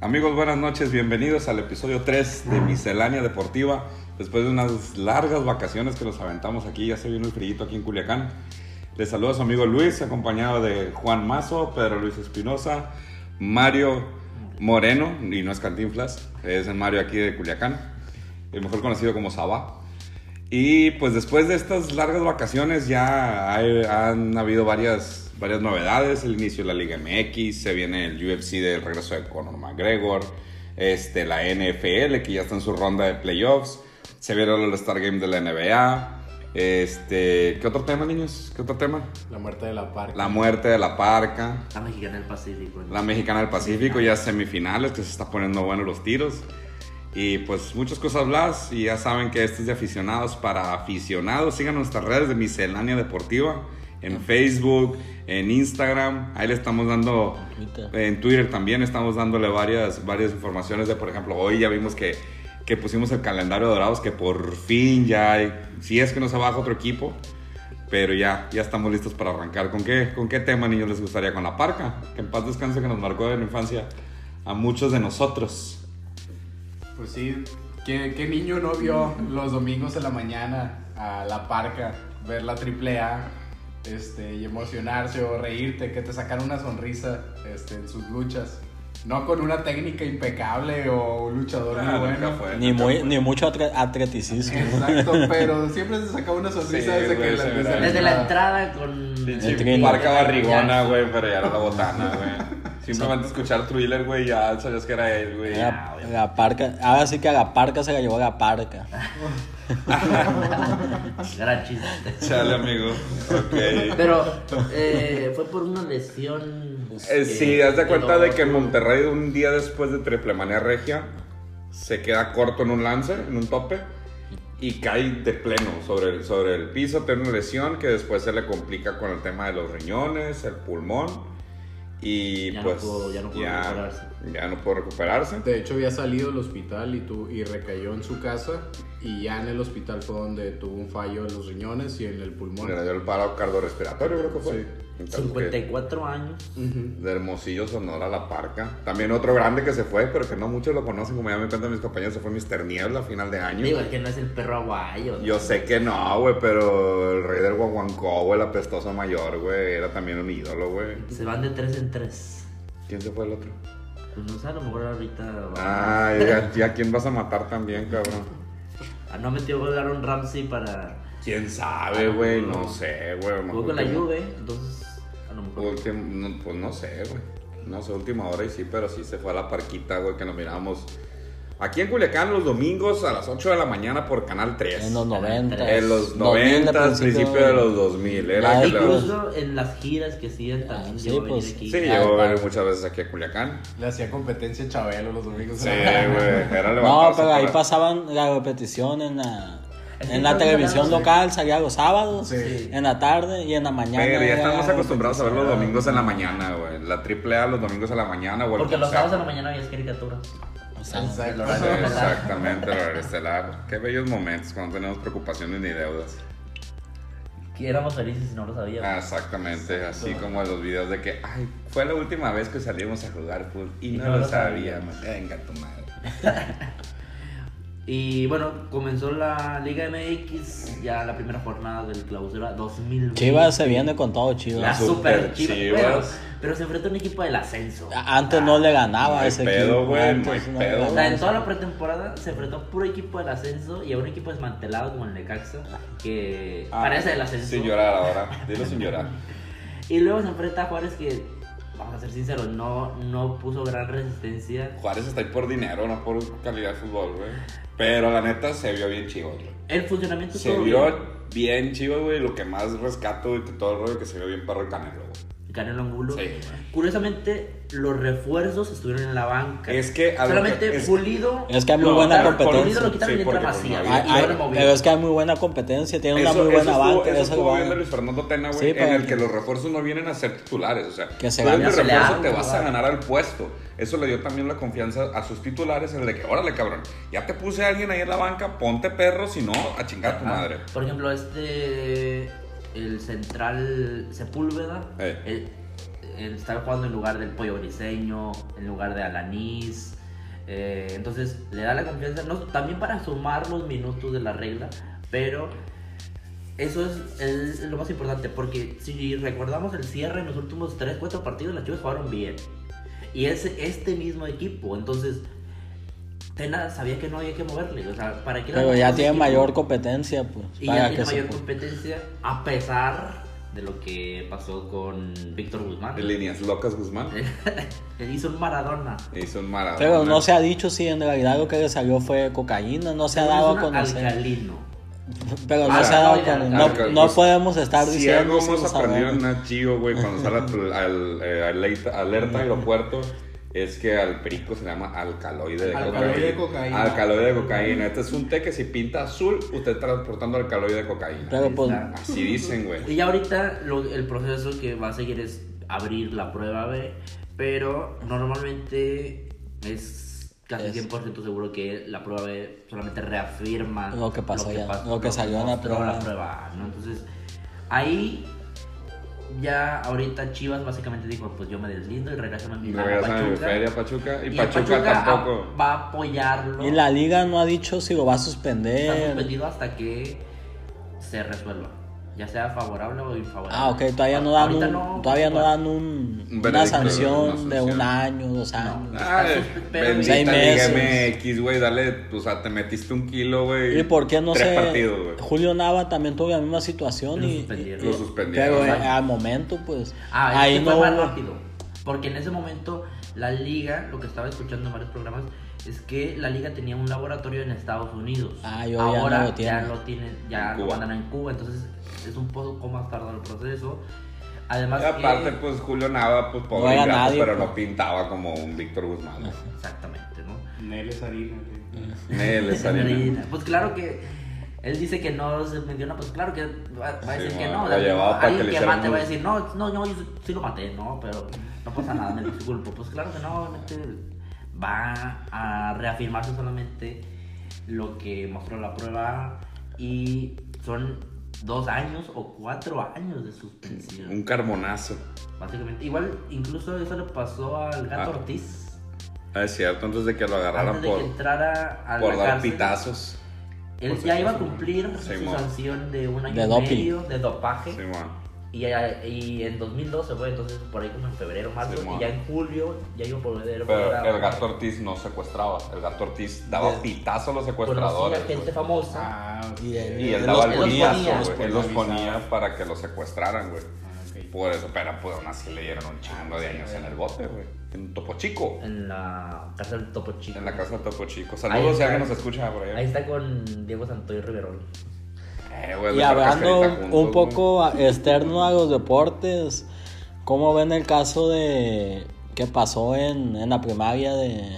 Amigos, buenas noches, bienvenidos al episodio 3 de Miscelánea Deportiva. Después de unas largas vacaciones que nos aventamos aquí, ya se vino el frillito aquí en Culiacán. Les saluda a su amigo Luis, acompañado de Juan Mazo, Pedro Luis Espinosa, Mario Moreno, y no es Cantinflas, es el Mario aquí de Culiacán, el mejor conocido como Sabá. Y pues después de estas largas vacaciones ya hay- han habido varias, varias novedades. El inicio de la Liga MX, se viene el UFC del regreso de Conor McGregor, este, la NFL que ya está en su ronda de playoffs, se viene el All-Star Game de la NBA. Este, ¿qué otro tema, niños? ¿Qué otro tema? La muerte de la parca. La muerte de la parca, La mexicana del Pacífico. ¿no? la mexicana del Pacífico, ya semifinales, que se está poniendo bueno los tiros. Y pues muchas cosas más. Y ya saben que este es de aficionados para aficionados. Sigan nuestras redes de miscelánea deportiva. En Facebook, en Instagram. Ahí le estamos dando. En Twitter también estamos dándole varias, varias informaciones de, por ejemplo, hoy ya vimos que, que pusimos el calendario de Dorados, que por fin ya hay. Si es que nos abajo otro equipo. Pero ya, ya estamos listos para arrancar. ¿Con qué, ¿Con qué tema, niños, les gustaría? Con la parca. Que en paz descanse, que nos marcó en la infancia a muchos de nosotros. Pues sí, ¿qué, qué niño no vio Mm. los domingos en la mañana a la parca ver la triple A este, y emocionarse o reírte, que te sacaron una sonrisa este, en sus luchas? No con una técnica impecable o un luchador Ah, muy bueno. Ni, muy, eh. ni mucho atre- atleticismo. Exacto, pero siempre se sacaba una sonrisa Sí, desde güey, que la, se desde ve. Desde la entrada con. sí, con- Marca con- barrigona, ya. güey, pero ya era la botana, güey. Simplemente escuchar thriller, güey, ya sabías que era él, güey. La, la parca, ahora sí que a la parca se la llevó a la parca. Gran chiste. Chale, amigo. Ok. Pero eh, fue por una lesión. Eh, Si sí, haz de cuenta de que en Monterrey, un día después de Triple Manía Regia, se queda corto en un lance, en un tope, y cae de pleno sobre el, sobre el piso. Tiene una lesión que después se le complica con el tema de los riñones, el pulmón. Y Ya no pues. pudo- ya no pudo recuperarse. Ya no pudo recuperarse. De hecho, había salido del hospital y, tu, y recayó en su casa. Y ya en el hospital fue donde tuvo un fallo en los riñones y en el pulmón. Le dio el paro cardiorrespiratorio, creo que fue. Sí. Entonces, 54 años. Ujú. que De Hermosillo, Sonora, La Parca. También otro grande que se fue, pero que no muchos lo conocen, como ya me cuentan mis compañeros, se fue Mr. Niebla a final de año. Digo, es que no es el perro aguayo. ¿no? Yo sé que no, güey, pero el rey del Guaguancó, güey, el apestoso mayor, güey, era también un ídolo, güey. Se van de 3 en 3. ¿Quién se fue el otro? Pues no sé, a lo mejor ahorita. va- Ah, ya, ya, quién vas a matar también, cabrón. Ah, no metió gol Aaron Ramsey para. ¿Quién sabe, güey? No sé, güey. a lo Jugó mejor con la que- Juve, entonces. A lo mejor. Último- no, pues no sé, güey. No sé, última hora y sí, pero sí se fue a la parquita, güey, que nos mirábamos aquí en Culiacán los domingos a las 8 de la mañana por Canal 3. En los 90. En los 90, 90, principio de los 2000. Era Ya, que pues, la- incluso- E Incluso en las giras que hacían también sí, llegó a venir pues, aquí. Sí, llegó a venir muchas veces aquí a Culiacán. Le hacía competencia a Chabelo los domingos. Ah, Sí, güey. Era No, levantarse pero ahí para- pasaban la repetición en la, Es que en la estamos televisión hablando, sí. local, salía los sábados, Sí. en la tarde y en la mañana. Pero ya era estamos la acostumbrados a ver los repetición. domingos en la mañana, güey. La triple A los domingos en la mañana, güey. Porque los sábados en la mañana había caricaturas. O sea, El Exacto. horario estelar. Exactamente, el horario estelar. Qué bellos momentos cuando no tenemos preocupaciones ni deudas. Que éramos felices y no lo sabíamos. Ah, Exactamente, así como los videos de que, ay, fue la última vez que salimos a jugar fútbol y no, lo sabíamos. Venga, tu madre. Y bueno, comenzó la Liga MX, ya la primera jornada del clausura 2020. Chivas se viene con todo La Chivas. Las super super Chivas. Chivas. Pero, pero se enfrenta a un equipo del ascenso. Antes no le ganaba No a hay ese pedo, equipo. güey, antes no hay no pedo. le O sea, en ganaba. toda la pretemporada se enfrentó a puro equipo del ascenso y a un equipo desmantelado como el Necaxa, que Ah, Ah, parece el ascenso. Sin llorar ahora, dilo sin llorar. Y luego se enfrenta a Juárez que, vamos a ser sinceros, no, no puso gran resistencia. Juárez está ahí por dinero, no por calidad de fútbol, güey. Pero la neta se vio bien chido, güey. El funcionamiento Se estuvo vio bien. bien chido, güey. Lo que más rescato, güey, que todo el rollo que se vio bien perro el canelo, güey. Canelo Angulo. Sí, güey. Curiosamente, los refuerzos estuvieron en la banca. Es que, a lo Solamente que- es- Pulido. es que hay muy lo buena quitaron, competencia. Pulido lo quitaron Sí, y entra porque, pues, Macías. no había- Ay, y ay, lo removieron. pero es que hay muy buena competencia, tiene una Eso, muy eso buena estuvo, banca. eso eso es estuvo bueno. bien de Luis Fernando Tena, güey, Sí, en pero- el que los refuerzos no vienen a ser titulares, o sea, Que se tú eres gane, mi se le refuerzo haga, te vas a claro. ganar el puesto. Eso le dio también la confianza a sus titulares, en el de que, órale, cabrón, ya te puse a alguien ahí en la banca, ponte perro, si no, a chingar a tu Ah, madre. Por ejemplo, este. El central Sepúlveda. Eh. el- eh, estar jugando en lugar del pollo briseño, en lugar de Alanís. eh, entonces le da la confianza, no, también para sumar los minutos de la regla, pero eso es, es lo más importante, porque si recordamos el cierre en los últimos 3-4 partidos, las Chivas jugaron bien. Y es este mismo equipo, entonces Tena sabía que no había que moverle, o sea, para que Pero ya tiene mayor competencia, pues. y para ya tiene que se mayor pu- competencia, a pesar de lo que pasó con Víctor Guzmán. De líneas locas, Guzmán. Él hizo un Maradona. Hizo un maravilla. Pero no se ha dicho si en realidad lo que le salió fue cocaína, no se ha dado a Maradona conocer. Alcalino. Pero no Ah, se ha dado a no, ya, conocer. ya, No, ya. pues, no podemos estar Si diciendo. algo si hemos lo aprendido en sabemos. Nachillo, güey, cuando sale al, al- eh, alerta, alerta aeropuerto, es que al perico se le llama alcaloide de Alcaloide cocaína. de cocaína. Alcaloide de cocaína. Este es un té que si pinta azul, usted está transportando alcaloide de cocaína. Pero pues. Está. Así dicen, güey. Y ya ahorita lo- el proceso que va a seguir es abrir la prueba B, pero normalmente es casi Es- 100% seguro que la prueba B solamente reafirma Lo que pasó ya, pas- lo que salió en la mostró prueba. A, ¿no? Entonces, ahí ya ahorita Chivas básicamente dijo, pues yo me deslindo y regreso a mi, Y a regresa a mi Pachuca. feria Pachuca. Y, el Pachuca, a- tampoco. va a apoyarlo. Y la liga no ha dicho si lo va a Está suspender. suspendido hasta que se resuelva, ya sea favorable o infavorable. Ah, ok, todavía no dan Ahorita pues, un, todavía no bueno, dan un, Un una veredicto, sanción una de sanción. un año, dos años. Ah, pero- bendita Seis Liga meses. MX, güey, dale, o sea, te metiste un kilo, güey. ¿Y por qué no tres sé? partidos, güey. Julio Nava también tuvo la misma situación Lo y, suspendieron. y- Lo suspendieron. Pero eh, Ajá. al momento, pues. Ah, ahí no. fue más hubo- rápido. Porque en ese momento la liga, lo que estaba escuchando en varios programas, es que la liga tenía un laboratorio en Estados Unidos. Ah, yo ya no Ahora lo tiene. ya lo tienen, ya En lo Cuba. mandan en Cuba, entonces es un poco más tardado el proceso. Además, Y aparte, que- pues Julio Nava, pues No pobre era ingrato, nadie, pero pues. no pintaba como un Víctor Guzmán. güey. exactamente, ¿no? Nel es harina, güey. Nel, esa harina. Marina. Pues claro que él dice que no se menciona, pues claro que va, va a Sí, decir que ma, no. lo llevaba para que alguien le que, hicieran mate va a un- decir, no, no, no, yo sí lo maté, no, pero no pasa nada, me disculpo. Pues claro que no, obviamente va a reafirmarse solamente lo que mostró la prueba y son dos años o cuatro años de suspensión. Un carbonazo. Básicamente, igual incluso eso le pasó al gato Ah. Ortiz Ah, es cierto, antes de que lo agarraran antes de por, que entrara a por la dar cárcel. pitazos. Él Pues, Por ya si iba a acaso, cumplir su Simón. sanción de un año De y doping. medio de dopaje. Simón. Y, ya- y en 2012 fue entonces por ahí como en febrero, marzo. Simón. y ya en julio ya iba a poder volver Pero a- el gato Ortiz no secuestraba. El gato Ortiz daba Pues, Bien. pitazo a los Conocía secuestradores. gente güey. famosa. Ah, ok. Y él- Y él Él daba los- el él los ponía, pitazo, güey. pues, Él los avisaba. ponía para que los secuestraran, güey. Ah, ok. Por eso, pero pues aún así le dieron un chingo Ah, de años en el bote, güey. En Topo Chico. En la casa del Topo Chico. En la casa de Topo Chico. Ah, Ahí Saludos si está. alguien nos escucha por Eh, Ahí allá. está con Diego Santoy Riverol. Eh, güey, Y de hablando Cascarita un- juntos, un poco a- externo a los deportes, ¿cómo ven el caso de que pasó en, en la primaria de,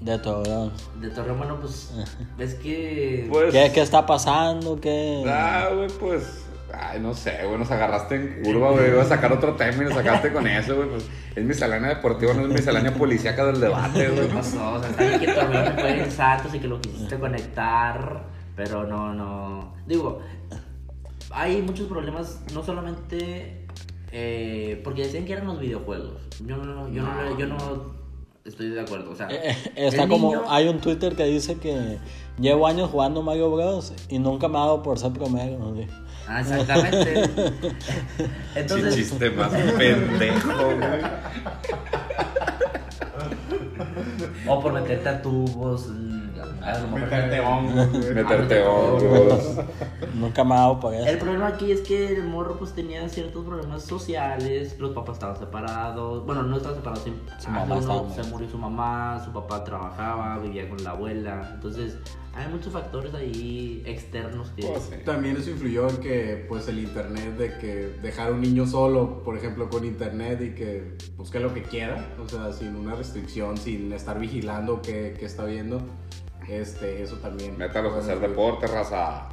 de Torreón? De Torreón, bueno, pues ves que. güey. Pues, ¿Qué, qué está pasando? ¿Qué? Ah, güey, pues. Ay, no sé, güey, nos agarraste en curva, güey. Iba a sacar otro tema y nos sacaste con eso, güey. Pues es miscelánea deportiva, no es miscelánea policíaca del debate, ¿Qué güey. pasó? O sea, está bien que Torreón fue en Santos y que lo quisiste conectar, pero no, no. Digo, hay muchos problemas, no solamente eh, porque decían que eran los videojuegos. Yo no, yo no, le- yo no estoy de acuerdo. O sea, Eh, eh, Está el como, niño- hay un Twitter que dice que llevo años jugando Mario Bros y nunca me ha dado por ser promedio. ¿no? Ah, exactamente. Entonces, Sí, chiste más pendejo, güey. o por meterte a tubos, mm, a lo mejor- Meterte hongo, güey. Meterte hongos. Nunca me ha dado por El eso. problema aquí es que el morro pues tenía ciertos problemas sociales, los papás estaban separados, bueno, no estaban separados, sí, Su ah, mamá no, estaba no, se muerta. murió su mamá, su papá trabajaba, vivía con la abuela, entonces hay muchos factores ahí externos que... Pues, sí. También eso influyó en que, pues, el internet, de que dejar a un niño solo, por ejemplo, con internet y que busque lo que quiera, o sea, sin una restricción, sin estar vigilando qué, qué está viendo, este, eso también. Métalos a puede hacer influir. deporte, raza.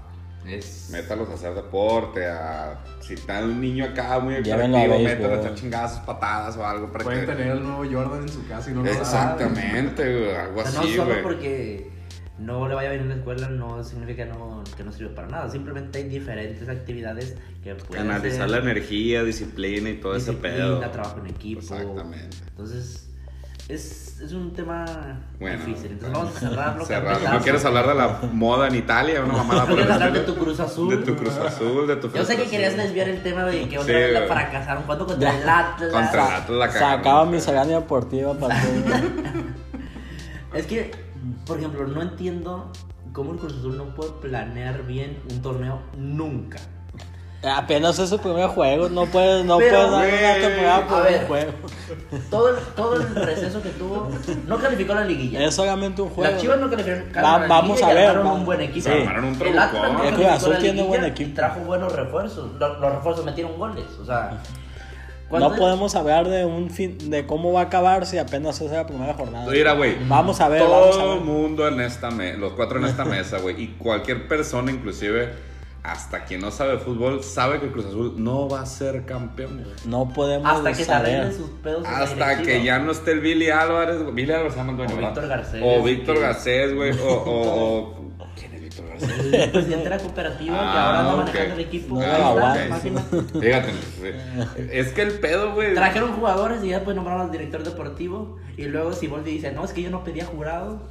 es... Métalos a hacer deporte. A... Si está un niño acá muy Llévenlo a activo, béisbol. mételo a echar chingadas, patadas o algo. Para Pueden que... tener el nuevo Jordan en su casa y no lo saben. Exactamente, güey, algo O sea, así, no solo güey. porque no le vaya bien en la escuela no significa no- que no sirve para nada. Simplemente hay diferentes actividades que pueden Analizar ser la energía, disciplina y todo ese disciplina, pedo. trabajo en equipo. Exactamente. Entonces, es, es un tema Bueno, difícil. Entonces, bueno. vamos a cerrarlo. Cerrado. carpetazo. No quieres hablar de la moda en Italia, una mamada por el ¿Quieres hablar de estilo? tu Cruz Azul? De tu Cruz Azul, de tu Yo sé que Cruz querías Azul. desviar el tema de que otra Sí, vez la güey. fracasaron. ¿Cuánto contra el Atlas? Contra el Atlas la cagaron. Sacaba mi salaria deportiva para todo. Es que, por ejemplo, no entiendo cómo el Cruz Azul no puede planear bien un torneo nunca. Apenas es su primer juego, no puedes, no Pero, puedes dar una güey, temporada por a ver. un juego. Todo el, todo el receso que tuvo no calificó a la liguilla. Es solamente un juego. Las Chivas no calificaron. Va- vamos a ver, Armaron va- un buen equipo. Sí. Armaron un ¿eh? el Atlas trabucón. no El Cruz calificó a Azul la tiene buen liguilla Y equipo. trajo buenos refuerzos. Los, los refuerzos metieron goles. O sea, ¿cuándo No es- podemos hablar de un fin, de cómo va a acabar si apenas es la primera jornada. Mira, güey. Vamos a ver, vamos a Todo ver. el mundo en esta mesa, los cuatro en esta mesa, güey. Y cualquier persona, inclusive, hasta quien no sabe fútbol, sabe que el Cruz Azul no va a ser campeón, güey. No podemos Hasta que se arreglen saber. sus pedos. en la Hasta directiva. que ya no esté el Billy Álvarez, güey. Billy Álvarez se llama el dueño, O ¿verdad? Víctor Garcés. O Víctor Que- Garcés, güey. O, o, o- ¿Quién es Víctor Garcés? El presidente de la cooperativa que Ah, ahora no ok. Ah, maneja el equipo. No, Ahí está, aguanta. máquina. Fíjate, güey. es que el pedo, güey. Trajeron jugadores y ya pues nombraron al director deportivo. Y luego Siboldi dice, no, es que yo no pedía jurado.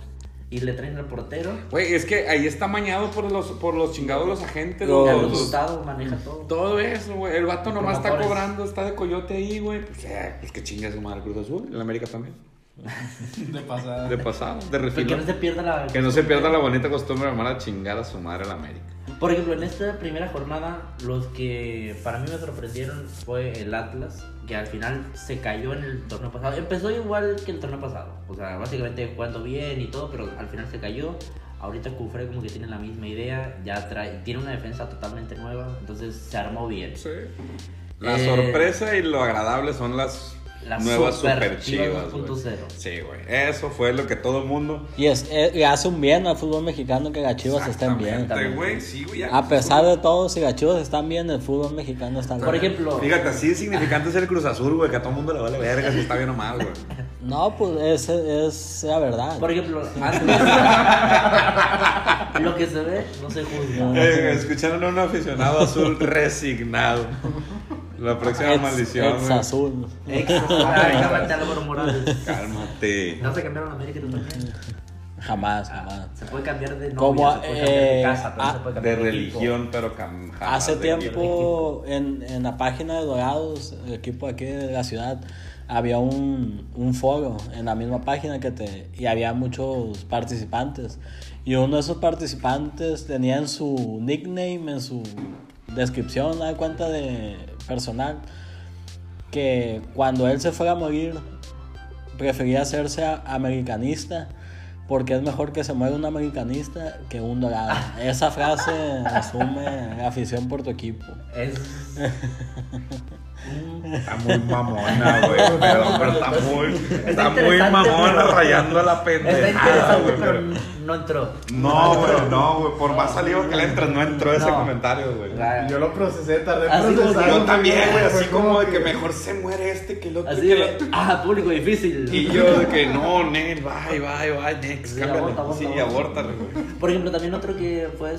Y le traen al portero. Güey, es que ahí está mañado por los, por los chingados los agentes, Los- Y güey, al los- Gustavo maneja todo. Todo eso, güey. El vato nomás está Promotores. cobrando, está de coyote ahí, güey. Pues, eh, pues que chinga su madre el Cruz Azul. El América también. De pasada. De pasado, de Porque refilo. no se pierda la... Que no se pierda la bonita costumbre de mandar a chingar a su madre el América. Por ejemplo, en esta primera jornada, los que para mí me sorprendieron fue el Atlas, que al final se cayó en el torneo pasado. Empezó igual que el torneo pasado. O sea, básicamente jugando bien y todo, pero al final se cayó. Ahorita Cufre como que tiene la misma idea, ya trae, tiene una defensa totalmente nueva, entonces se armó bien. Sí. La Eh, sorpresa y lo agradable son las, las nuevas super super chivas chivas, güey. 2.0. Sí, güey. Eso fue lo que todo el mundo. Y es, eh, le hace un bien al fútbol mexicano que las chivas estén bien. Ah, Exactamente, güey. Sí, güey. ya. A pesar de todo, si las chivas están bien, el fútbol mexicano está bien. Por ejemplo, Fíjate, así de significante es el Cruz Azul, güey, que a todo el mundo le vale verga si está bien o mal, güey. No, pues es, es la verdad. por ejemplo, antes- lo que se ve no se juzga. Eh, escucharon a un aficionado azul resignado. La próxima Ex- maldición. ex güey. azul. Ex, exactamente, Álvaro Morales. Cálmate. No se cambiaron a América también. Jamás, jamás. Se puede cambiar de novio, Como, se puede cambiar de eh, casa, pero no ah, se puede De cambiar de, equipo. religión, pero cam- jamás Hace de tiempo en, en la página de Dorados, el equipo aquí de la ciudad, había un, un foro en la misma página que te... Y había muchos participantes. Y uno de esos participantes tenía en su nickname, en su descripción, da cuenta de personal, que cuando él se fuera a morir, prefería hacerse a- americanista. Porque es mejor que se muera un americanista que un dorado. Esa frase asume la afición por tu equipo. Es Está muy mamona, güey. Perdón, pero está muy, está muy interesante, mamona pero- rayando a la está pendejada, interesante, güey. pero pero- no entró. No, güey, no, güey. Por más salido que le entres, no entró ese No. comentario, güey. Ra- Yo lo procesé, tardé Así en como "Ah, procesar. Yo también, güey, así Fue como de que mejor se muere este que el otro. Así que el de, otro. ah, público difícil. Y yo de que no, Nel, bye, bye, bye, next, Sí, cámbiale. aborta, aborta, Sí, aborta. abórtale, güey. Por ejemplo, también otro que fue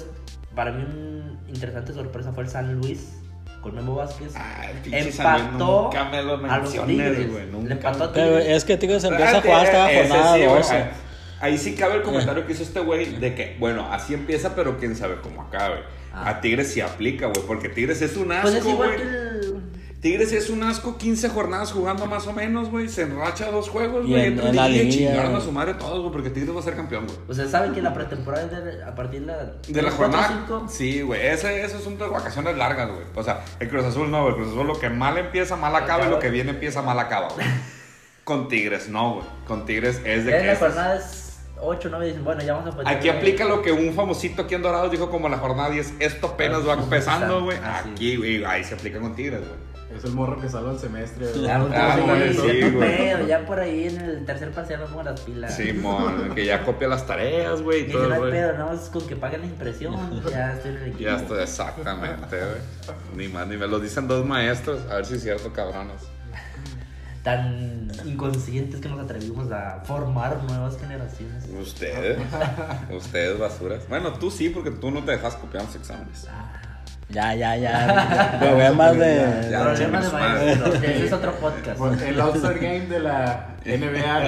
para mí un interesante sorpresa fue el San Luis con Memo Vázquez. Ah, el pinche San Luis empató nunca me lo a los menciones, güey, Tigres. nunca. Le empató a Pero Tigres. es que Tigres empieza a jugar hasta Ese la jornada Ah, sí, güey, 12. ahí- Ahí sí cabe el comentario que hizo este güey de que, bueno, así empieza, pero quién sabe cómo acabe. Ah. A Tigres sí aplica, güey, porque Tigres es un asco, Pues es igual güey. que el. Tigres es un asco, 15 jornadas jugando más o menos, güey. Se enracha dos juegos, Y güey. en- Entra en la y liguilla, chingaron a güey. su madre todos, güey, porque Tigres va a ser campeón, güey. O sea, saben que la pretemporada es de- a partir de la. De la cuatro o jornada. cinco? Sí, güey. Ese, eso son vacaciones largas, güey. O sea, el Cruz Azul no, güey. El Cruz Azul lo que mal empieza, mal acaba. Y lo que bien empieza, mal acaba, güey. Con Tigres, no, güey. Con Tigres es de Ya que. en Eh, la esas- jornada es 8, 9, dicen, bueno, ya vamos a poner. Aquí aplica lo que un famosito aquí en Dorados dijo como la jornada 10. Esto apenas va empezando, güey. Así. Aquí, güey. Ahí se aplica con Tigres, güey. Es el morro que salva el semestre. güey. Ya, pues, Ah, sí, bueno, ya sí, no güey. pedo, ya por ahí en el tercer parcial no pongo las pilas. Simón, que ya copia las tareas, güey. Que y si no todo, hay güey. pedo, no, es con que paguen la impresión, ya estoy en el equipo. Ya estoy exactamente, güey. Ni más ni me lo dicen dos maestros. A ver si es cierto, cabrones. tan inconscientes que nos atrevimos a formar nuevas generaciones. Ustedes, ustedes basuras. Bueno, tú sí, porque tú no te dejas copiar los exámenes. Ah, Ya, ya, ya. Problemas de. Ya, Problema de chingues, maestro. madre. Ese es otro podcast. Pues, El All-Star Game de la De la NBA,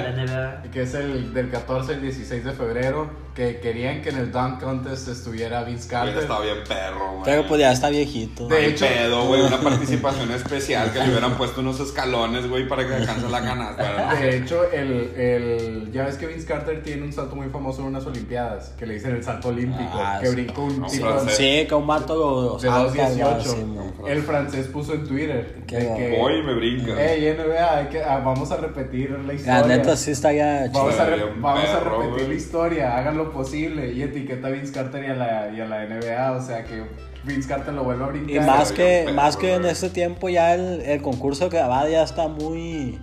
NBA. que es el del 14 al 16 de febrero, que querían que en el Dunk Contest estuviera Vince Él Carter. está bien perro, güey. Pero pues ya está viejito. De Ay, hecho- pedo, güey, una participación especial que le hubieran puesto unos escalones, güey, para que alcance la canasta. ¿no? De hecho, el, el, ya ves que Vince Carter tiene un salto muy famoso en unas Olimpiadas, que le dicen el salto olímpico, Ah, que sí. brincó un Un tipo. francés. Sí, que un vato lo De los salta, algo 18. así, mo. El francés puso en Twitter Qué de va- que, Voy y me brinca. "Ey, NBA, hay que- ah, vamos a repetir la La historia. neta sí estaría chido. Vamos, a, re- Estaría un vamos a perro, repetir güey. la historia, hagan lo posible. Y etiqueta a Vince Carter y a la, y a la NBA, o sea que Vince Carter lo vuelve a Y brincar. más que, Pero, más que en güey. este tiempo ya el, el concurso que va ya está muy...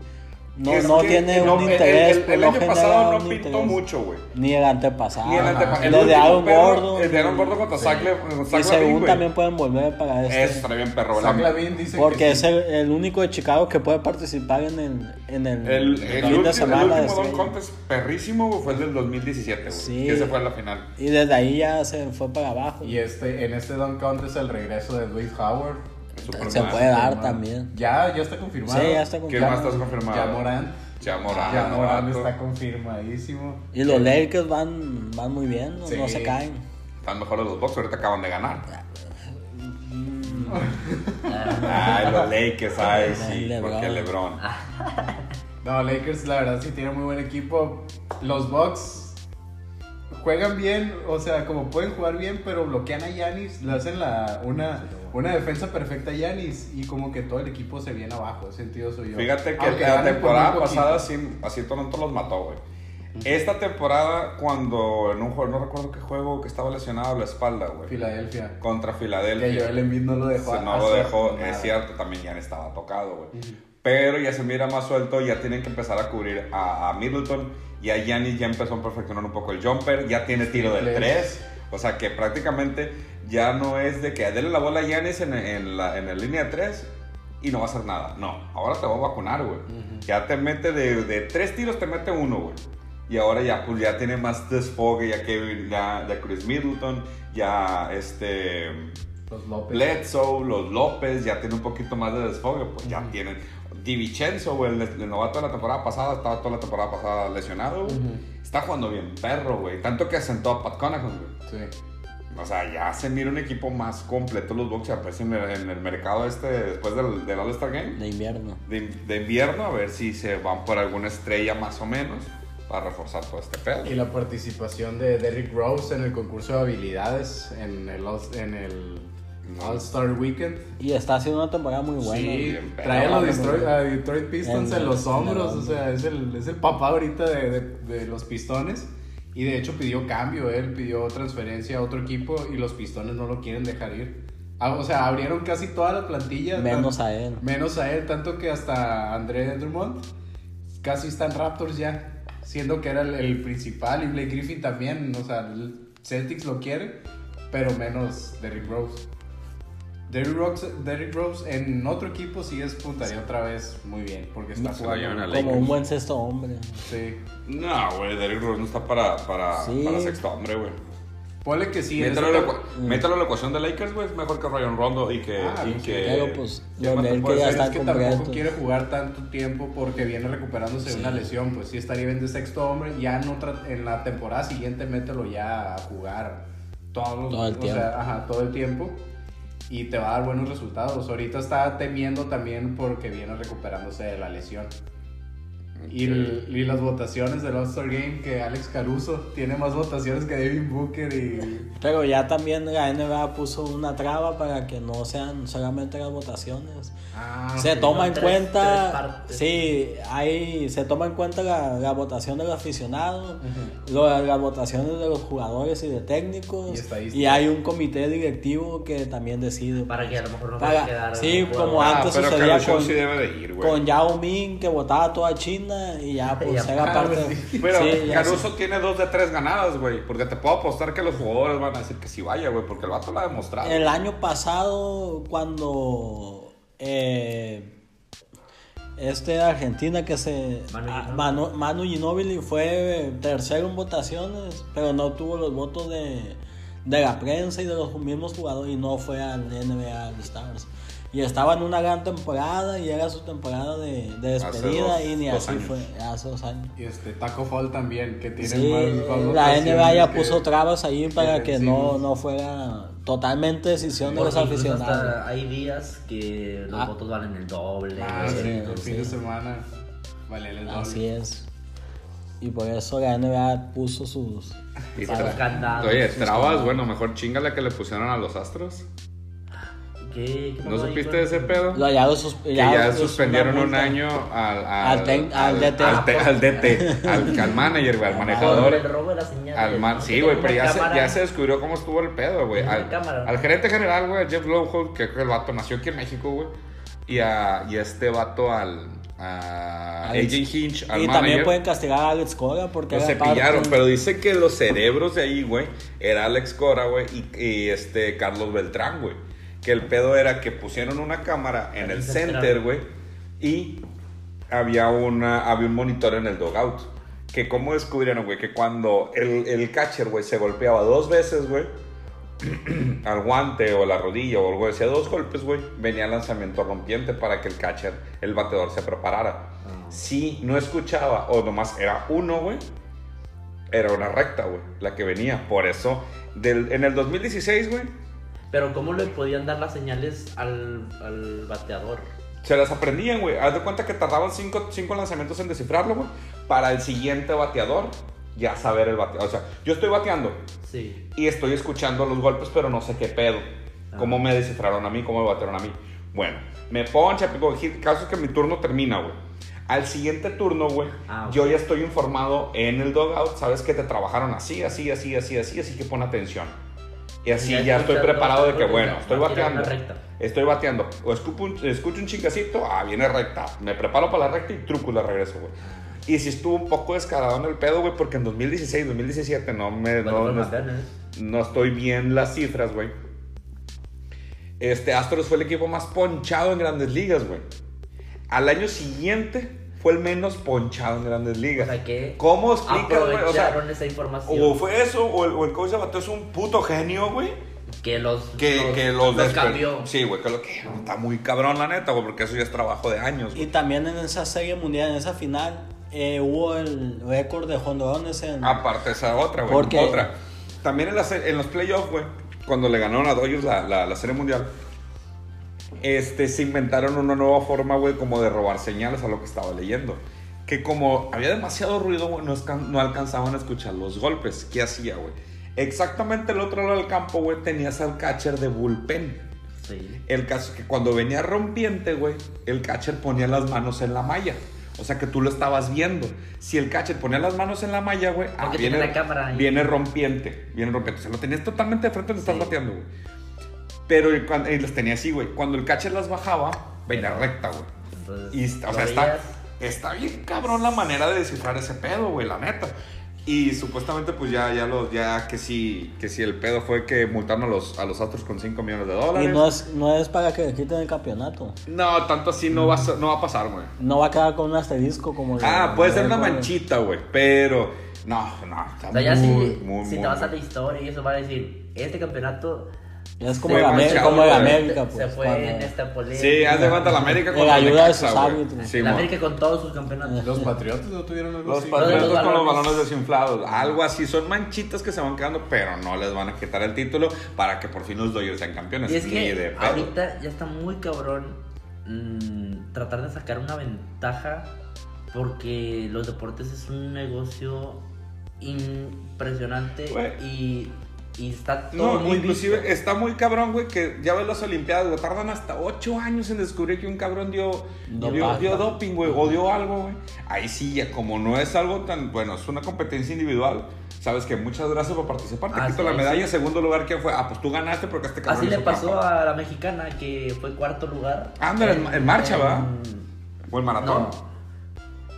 No, Es no que tiene no- un el- el- interés. El, pues, año genera pasado no un pintó interés. mucho, güey. Ni el antepasado. Ni el antepa- Ajá. el Los de último Aaron perro- Gordon. el de Aaron Gordon contra Zach Le- con Zach Y según Lavin, güey. también pueden volver para este. Eso estaría bien perro, Zach la- Lavin dice porque que es sí. el, el único de Chicago que puede participar en el, en el, El, el fin último, de el semana. de último Don estrella. Contest perrísimo güey, fue el del 2017, güey. Sí. Que se fue a la final. y desde ahí ya se fue para abajo. Y este, en este Dunk Contest el regreso de Dwight Howard. Superman, se puede dar Superman. también. Ya, ya está confirmado. Sí, ya está ¿Qué confirmado. más estás confirmado? Ya Morán. Ya Morán. Ya Morán novato. está confirmadísimo. Y los Lakers van, van muy bien, no, no Sí. se caen. Están mejores los Bucks, ahorita acaban de ganar. Mm, Ah, Ay, los Lakers, ay, sí, LeBron. Ah. porque LeBron. No, Lakers la verdad sí tiene muy buen equipo. Los Bucks juegan bien, o sea, como pueden jugar bien, pero bloquean a Yanis, le hacen la, una, una defensa perfecta a Yanis y como que todo el equipo se viene abajo, ese sentido soy yo. Fíjate que Aunque la ganen por muy temporada poquito. pasada sí, así Toronto los mató, güey. Esta temporada, cuando en un juego, no recuerdo qué juego, que estaba lesionado a la espalda, güey. Filadelfia. Contra Que Filadelfia. Joel Embiid no lo dejó. Se no lo dejó, es cierto, también ya estaba tocado, güey. Pero ya se mira más suelto, ya tienen que empezar a cubrir a, a Middleton. Y a Giannis ya empezó a perfeccionar un poco el jumper, ya tiene tiro del Triples. 3. O sea que prácticamente ya no es de que dele la bola a Giannis en, en la, en la línea 3 y no va a hacer nada. No, ahora te va a vacunar, güey. Ya te mete de, de tres tiros, te mete uno, güey. Y ahora ya, pues, ya tiene más desfogue, ya que ya, ya Chris Middleton, ya este. Los López. Bledsoe, los López, ya tiene un poquito más de desfogue, pues ya tienen. Di Vincenzo, güey, el, el novato de la temporada pasada, estaba toda la temporada pasada lesionado, güey. Está jugando bien perro, güey. Tanto que sentó a Pat Connaughton, güey. Sí. O sea, ya se mira un equipo más completo los Bucks, pues, en el, en el mercado este, después del, del All-Star Game De invierno. de, de invierno, a ver si se van por alguna estrella más o menos para reforzar todo este pedo. Y la participación de Derrick Rose en el concurso de habilidades en el, All- en el Mm. All-Star Weekend. Y está haciendo una temporada muy buena. Sí, bien, trae a, pero- los Detroit, a Detroit Pistons En- en, los hombros, en el- o sea, es el, es el papá ahorita de, de- de los Pistones. Y de hecho pidió cambio, él pidió transferencia a otro equipo y los Pistones no lo quieren dejar ir. Ah, O sea, abrieron casi toda la plantilla. Menos tan- a él. Menos a él, tanto que hasta André Drummond casi está en Raptors ya, siendo que era el, el principal y Blake Griffin también, o sea, el Celtics lo quiere, pero menos Derrick Rose. Derrick Rose, Derrick Rose en otro equipo sí es puntaría otra vez muy bien, porque está Se lo llevan jugando. a Como Lakers. un buen sexto hombre. Sí. No, güey, Derrick Rose no está para, para, Sí. para sexto hombre, güey. Ponle que sí. en Métalo, esta- a la ecua- métalo a la ecuación de Lakers, güey. Es mejor que Ryan Rondo y que. Ah, y pues sí, que pero, pues, ¿qué lo más de te él que puedo ya decir? Pero están es que completos. tampoco quiere jugar tanto tiempo porque viene recuperándose de una lesión, pues sí estaría bien de sexto hombre, ya en, otra, en la temporada siguiente mételo ya a jugar todos los- Todo el o tiempo. sea, ajá, todo el tiempo y te va a dar buenos resultados. Ahorita está temiendo también porque viene recuperándose de la lesión. Y, l- y las votaciones del All-Star Game que Alex Caruso tiene más votaciones que David Booker y Pero ya también la NBA puso una traba para que no sean solamente las votaciones. ah, se toma en Ah, Tres- tres cuenta, partes. sí, ahí se toma en cuenta la, la votación de los aficionados, lo- las votaciones de los jugadores y de Y técnicos, estadísticas. y, hay un comité directivo que también decide. para que a lo mejor no Para- pueda quedar. sí, algún como jugador. Ah, antes pero sucedía Carlos Shaw con- sí debe de ir, güey. Con Yao Ming que votaba toda China y ya pues Ya, era ah, parte. pues, sí. Pero sí, ya Caruso tiene dos de tres ganadas, güey. Porque te puedo apostar que los jugadores van a decir que sí vaya, güey. Porque el vato lo ha demostrado. El año pasado, cuando eh, este Argentina que se Manu ah, Ginóbili. Manu, Manu Ginóbili fue tercero en votaciones, pero no tuvo los votos de, de la prensa y de los mismos jugadores y no fue al NBA All Stars. Y estaba en una gran temporada y era su temporada de, de Hace despedida dos- y ni dos así años. fue hace dos años. Y este Taco Fall también, que tiene Sí, más- más la votaciones NBA ya que- puso trabas ahí para que no, vencimos. no fuera totalmente decisión de los Porque incluso aficionados. hasta hay días que los Ah. votos valen el doble. Ah, sí, el sí. fin de semana. Vale, el doble. Así es. Y por eso la NBA puso sus... Y Para los candados. Oye, trabas, bueno, mejor chingala que le pusieron a los astros. ¿Qué? ¿Qué ¿No pasó ahí Ah, supiste con- de ese pedo? Lo, ya lo sus- Que ya ya es una suspendieron un multa. año al, Al tec- al DT. Al, te- al DT, al, al manager, güey, al manejador. El robo de la señal. Al man- sí, güey, pero ya se, ya se descubrió cómo estuvo el pedo, güey. Una Al, cámara. al gerente general, güey, Jeff Lowe, que creo que el vato nació aquí en México, güey. Y a y a este vato al. A Alex- AJ Hinch, al Y también manager. pueden castigar a Alex Cora porque... Lo era cepillaron, parte- pero dice que los cerebros de ahí, güey, era Alex Cora, güey, y, y, este Carlos Beltrán, güey. Que el pedo era que pusieron una cámara en Ahí el se center, esperaron. güey, y había, una, había un monitor en el dogout. Que cómo descubrieron, güey, que cuando el, el catcher, güey, se golpeaba dos veces, güey, al guante o la rodilla o algo, decía dos golpes, güey, venía el lanzamiento rompiente para que el catcher, el bateador, se preparara si no escuchaba o nomás era uno, güey, era una recta, güey, la que venía. Por eso, del, en el 2016, güey, Pero ¿cómo le podían dar las señales al, al bateador? se las aprendían, güey. Haz de cuenta que tardaban cinco, cinco lanzamientos en descifrarlo, güey, para el siguiente bateador ya saber el bateador. O sea, yo estoy bateando Sí. y estoy escuchando los golpes, pero no sé qué pedo. Ah. ¿Cómo me descifraron a mí? ¿Cómo me batearon a mí? Bueno, me poncha, pico, hit. Caso es que mi turno termina, güey. Al siguiente turno, güey, Ah, ok. yo ya estoy informado en el dogout. Sabes que te trabajaron así, así, así, así, así, así que pon atención. Y así ya, estoy escuchas preparado de los que, golpes, bueno, ya, estoy va a tirar bateando. una recta. Estoy bateando. O escupo un- escucho un chingacito, ah, viene recta. Me preparo para la recta y truco y la regreso, güey. Y si estuvo un poco descarado en el pedo, güey, porque en 2016, 2017 no me... Cuando no- fueron no- campeones. no estoy bien las cifras, güey. Este Astros fue el equipo más ponchado en grandes ligas, güey. Al año siguiente fue el menos ponchado en grandes O ligas. sea que ¿Cómo explicas, güey? O aprovecharon sea, esa información. o fue eso, o el, o el coach de bateo es un puto genio, güey. que los, Que los, que los desper- cambió. Sí, güey, que lo que está muy cabrón, la neta, güey, porque eso ya es trabajo de años, Y güey. también en esa serie mundial, en esa final, eh, hubo el récord de jonrones en... Aparte esa otra, güey. Porque- Otra. También en, la se- en los playoffs, güey, cuando le ganaron a Dodgers la, la- la Serie Mundial, este, se inventaron una nueva forma, güey, como de robar señales a lo que estaba leyendo. Que como había demasiado ruido, güey, no, escan- no alcanzaban a escuchar los golpes. ¿Qué hacía, güey? Exactamente el otro lado del campo, güey, tenías al catcher de bullpen. Sí. El caso es que cuando venía rompiente, güey, el catcher ponía las manos en la malla. O sea que tú lo estabas viendo. Si el catcher ponía las manos en la malla, güey, ah, Porque tiene viene, la cámara ahí. viene rompiente. Viene rompiente. O sea, lo tenías totalmente de frente donde estás Sí. bateando, güey. Pero el- cuando- y las tenía así, güey. Cuando el catcher las bajaba, venía recta, güey. Entonces, Y, o lo sea, está, veías. está bien cabrón la manera de descifrar ese pedo, güey, la neta. Y supuestamente, pues ya, ya, los, ya que sí, que sí, el pedo fue que multaron a los, a los Astros con 5 millones de Y dólares. no es, no es para que le quiten el campeonato. No, tanto así no va a, ser- no va a pasar, güey. No va a quedar con un asterisco como... Ah, la- puede la ser una récord. manchita, güey, pero... No, no, está O sea, ya muy, si, muy, si muy- te vas a la historia y eso va a decir, este campeonato Es como Fue el América, manchado, como el güey. América, se pues. fue cuando- en este esta polémica. Sí, haz de cuenta la América con El la ayuda de Necaxa, sus güey. árbitros. Sí, la mo. América con todos sus campeonatos. Los Patriotas no tuvieron algo Los así. patriotas Los con los balones. balones desinflados, algo así, son manchitas que se van quedando, pero no les van a quitar el título para que por fin los Dodgers sean campeones. Y es ni de que pedo. ahorita ya está muy cabrón mm, tratar de sacar una ventaja porque los deportes es un negocio impresionante Güey. y, y está todo No, muy inclusive visto. está muy cabrón, güey, que ya ves las Olimpiadas, güey, tardan hasta ocho años en descubrir que un cabrón dio, dio, Dopaje. dio doping, güey, o dio algo, güey. Ahí sí, ya como no es algo tan, bueno, es una competencia individual. Sabes que muchas gracias por participar, te Ah, quito sí, la ahí medalla, sí. segundo lugar, ¿quién fue? Ah, pues tú ganaste porque este cabrón Así le hizo pasó trampa. a la mexicana que fue cuarto lugar. Ándale, en- en marcha, ¿va? O el maratón. No.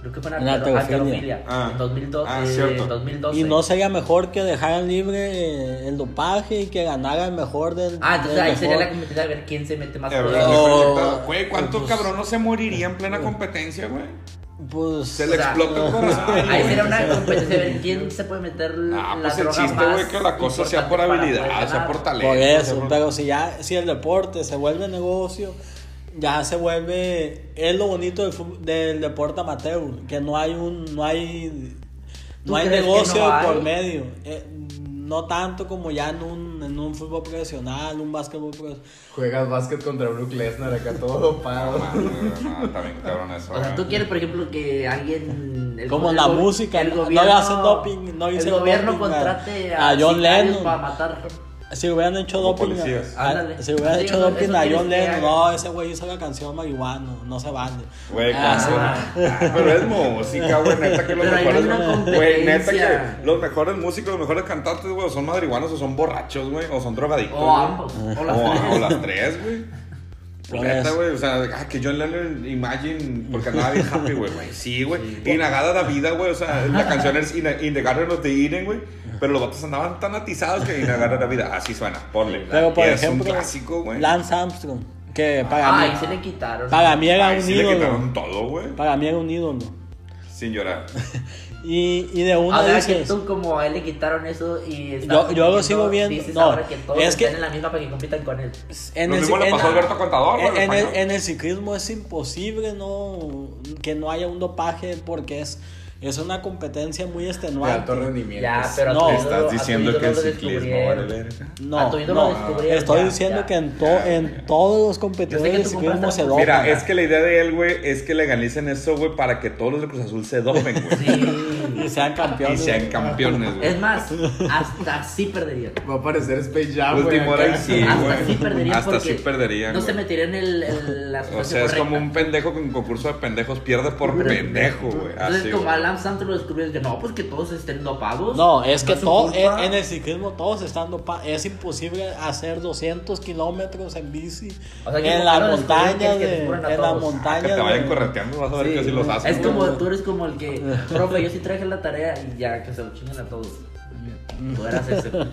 creo que fue en En altero- halterofilia. halterofilia, Ah. en 2012. Ah, cierto. en 2012. Y no sería mejor que dejaran libre eh, el dopaje y que ganara el mejor del. Ah, entonces del ahí sería la mejor. competencia de ver quién se mete más De cosas. Eh, verdad, Oh. desconectado. Güey, ¿cuánto Pues- cabrón no se moriría en plena competencia, güey? Pues. Se le O sea, explota el corazón. Ahí güey. sería una competencia de ver quién se puede meter Ah, la pues el droga chiste, más güey, que la cosa sea por importante para habilidad, poder sea por ganar. talento. Por sea eso, por- pero si ya, si el deporte se vuelve negocio, ya se vuelve, es lo bonito del, fu- del deporte amateur, que no hay un, no hay, ¿Tú no hay crees que negocio no hay? por medio, Eh, no tanto como ya en un, en un fútbol profesional, un básquetbol profesional. Juegas básquet contra Brook Lesnar acá todo No, dopado. mames, Ah, no, está bien cabrón eso. eh. O sea, güey. tú quieres, por ejemplo, que alguien. el- Como el la go- música, el no- no gobierno- hacen doping, no El hicieron gobierno doping a- contrate a a. John sicarios Lennon. Para matar. Si hubieran hecho Como doping, policías. a- Ándale. si hubieran Sí, hecho eso- doping eso a quieres John que Lennon, haga. no, ese güey hizo la canción marihuano, no se vale. Güey, Ah, canción. Ah, pero es música, güey, neta que los Pero ahí no hay mejores. una Güey, neta competencia. que los mejores músicos, los mejores cantantes, güey, o son madriguanos o son borrachos, güey, o son drogadictos. O güey. ambos. O O, las tres. o las tres, güey. Por Neta, eso. güey, o sea, ah, que John Lennon Imagine, porque andaba bien happy, güey, güey. Sí, güey. Y Nagada la vida, güey, o sea, la canción es In, In the Garden of the Eden, güey. Pero los vatos andaban tan atizados que In the Garden of the Eden, así suena, ponle. Pero por Y es ejemplo, un clásico, güey. Lance Armstrong, que para Ah, mí, y se le quitaron. para mí era Ay, un sí le ídolo, quitaron todo, güey. para mí era un ídolo. Sin llorar. Y, y de una Ahora que dices, tú como a él le quitaron eso y está Yo- yo lo sigo compitiendo, viendo, dices no, ahora que todos es están que- en la misma para que compitan con él. en Lo el, mismo le en- pasó a Alberto Contador, güey, en- el en el- español. en el ciclismo es imposible no que no haya un dopaje porque es, es una competencia muy De alto extenuante. rendimiento. Ya, pero a tu No. Te pues, estás ídolo- a tu diciendo ídolo que el lo ciclismo descubrieron. vale verga. A No, tu ídolo no, lo descubrieron, estoy ya, diciendo ya. que en, to- Ya, en ya. todos los Yo competidores sé que de tú compraste ciclismo se la- dopan. Mira, es que la idea de él, güey, es que legalicen eso, güey, para que todos los de Cruz Azul se dopen, güey. Sí. y sean y campeones. sean campeones, güey. Es más, hasta así perderían. Va a aparecer Space Jam, güey. Último acá. hora y sí, hasta güey. así perderían. Hasta porque sí perderían. No se güey. meterían en el, el- la O sustancia sea, es correcta. como un pendejo que en concurso de pendejos pierde por Pero- pendejo, güey. Entonces, Así, como güey. a Alan Santos lo descubrieron, que no, pues que todos estén dopados. No, es que su todo, en, culpa. en el ciclismo todos están dopados. Es imposible hacer 200 kilómetros en bici. O sea, que en como la que no les montaña cuiden, que de. les cuiden a En la todos. Ah, montaña que te vayan de- correteando, vas a ver Sí, que así los haces. Es como, güey. tú eres como el que, profe, yo sí traje la tarea y ya, que se lo chingan a todos. Tú eras ese, pues.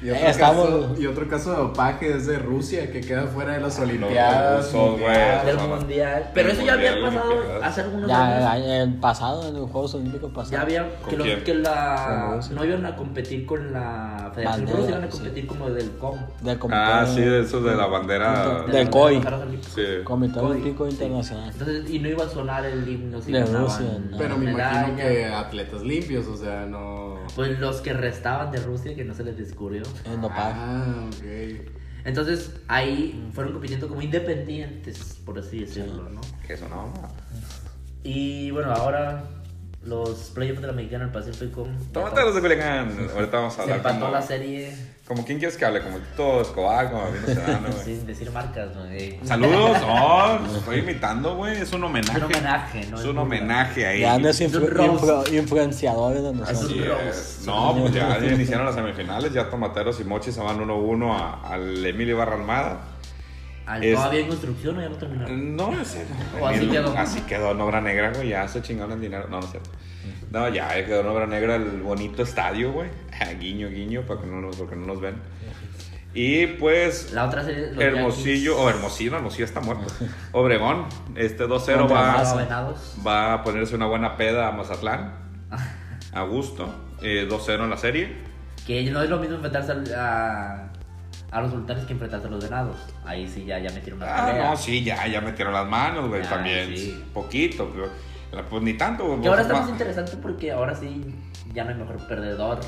Y otro, Eh, estamos- caso, y otro caso de dopaje es de Rusia, que queda fuera de las Ah, no, Olimpiadas. rusos, mundial. güey. del mundial. Pero Del eso ya había mundial, pasado olimpiadas. hace algunos Ya, años. ya, en el pasado, en los Juegos Olímpicos pasados. Ya había ¿Con que, los- quién? que Con la Rusia. no iban a competir con la Federación Bandera, Rusa, iban a sí. competir como del COM. Del comité, Ah, sí, eso de la bandera. Del de- COI. de los Olímpicos. Ah. Sí. Comité COI, Olímpico sí. Internacional. Entonces, y no iba a sonar el himno si De ganaban Rusia, ¿no? Pero me medalla. imagino que atletas limpios, o sea, no. Pues los que restaban de Rusia que no se les descubrió. El dopaje. Ah, ok. Entonces ahí fueron compitiendo como independientes, por así decirlo, ¿no? Que eso no. Y bueno, ahora los playoffs de la Mexicana del Pacífico. ya Tómate los de Culiacán. Ahorita vamos a Se hablar. empató como- la serie Como quién quieres que hable, como Tito Escobar, como Gabino Sedano, güey. sin decir marcas, ¿no? Eh, Saludos, no, los estoy imitando, güey, es un homenaje. Es un homenaje, ¿no? Es un homenaje ahí. Grandes Es un influ- roast. influ- influenciadores de nosotros. Así es. No, pues ya iniciaron las semifinales, ya Tomateros y Mochi se van 1-1 a- al Emilio Barra Almada. ¿Al- Es- Mm. ¿Todavía en construcción o ya lo terminaron? No, no es cierto. O así El- quedó. Así quedó en obra negra, güey, ya se chingaron el dinero. No, no es cierto. No, ya eh, quedó en obra negra el bonito estadio, güey. Ah, Guiño, guiño, para que no nos, porque no nos ven. Y pues La otra serie. los Hermosillo, o Yankees Hermosillo, no, Hermosillo está muerto. Obregón, este 2-0 Contra va, contra Venados. va a ponerse una buena peda a Mazatlán. A gusto. Eh, 2-0 en la serie. Que no es lo mismo enfrentarse al- a, a los sultanes que enfrentarse a los venados. Ahí sí ya, ya metieron una Ah, pelea. no, sí, ya, ya metieron las manos, güey, Ya, también. sí. Poquito, pero, la- pues ni tanto, güey. que ahora pues, está más va- interesante porque ahora sí ya no hay mejor perdedor.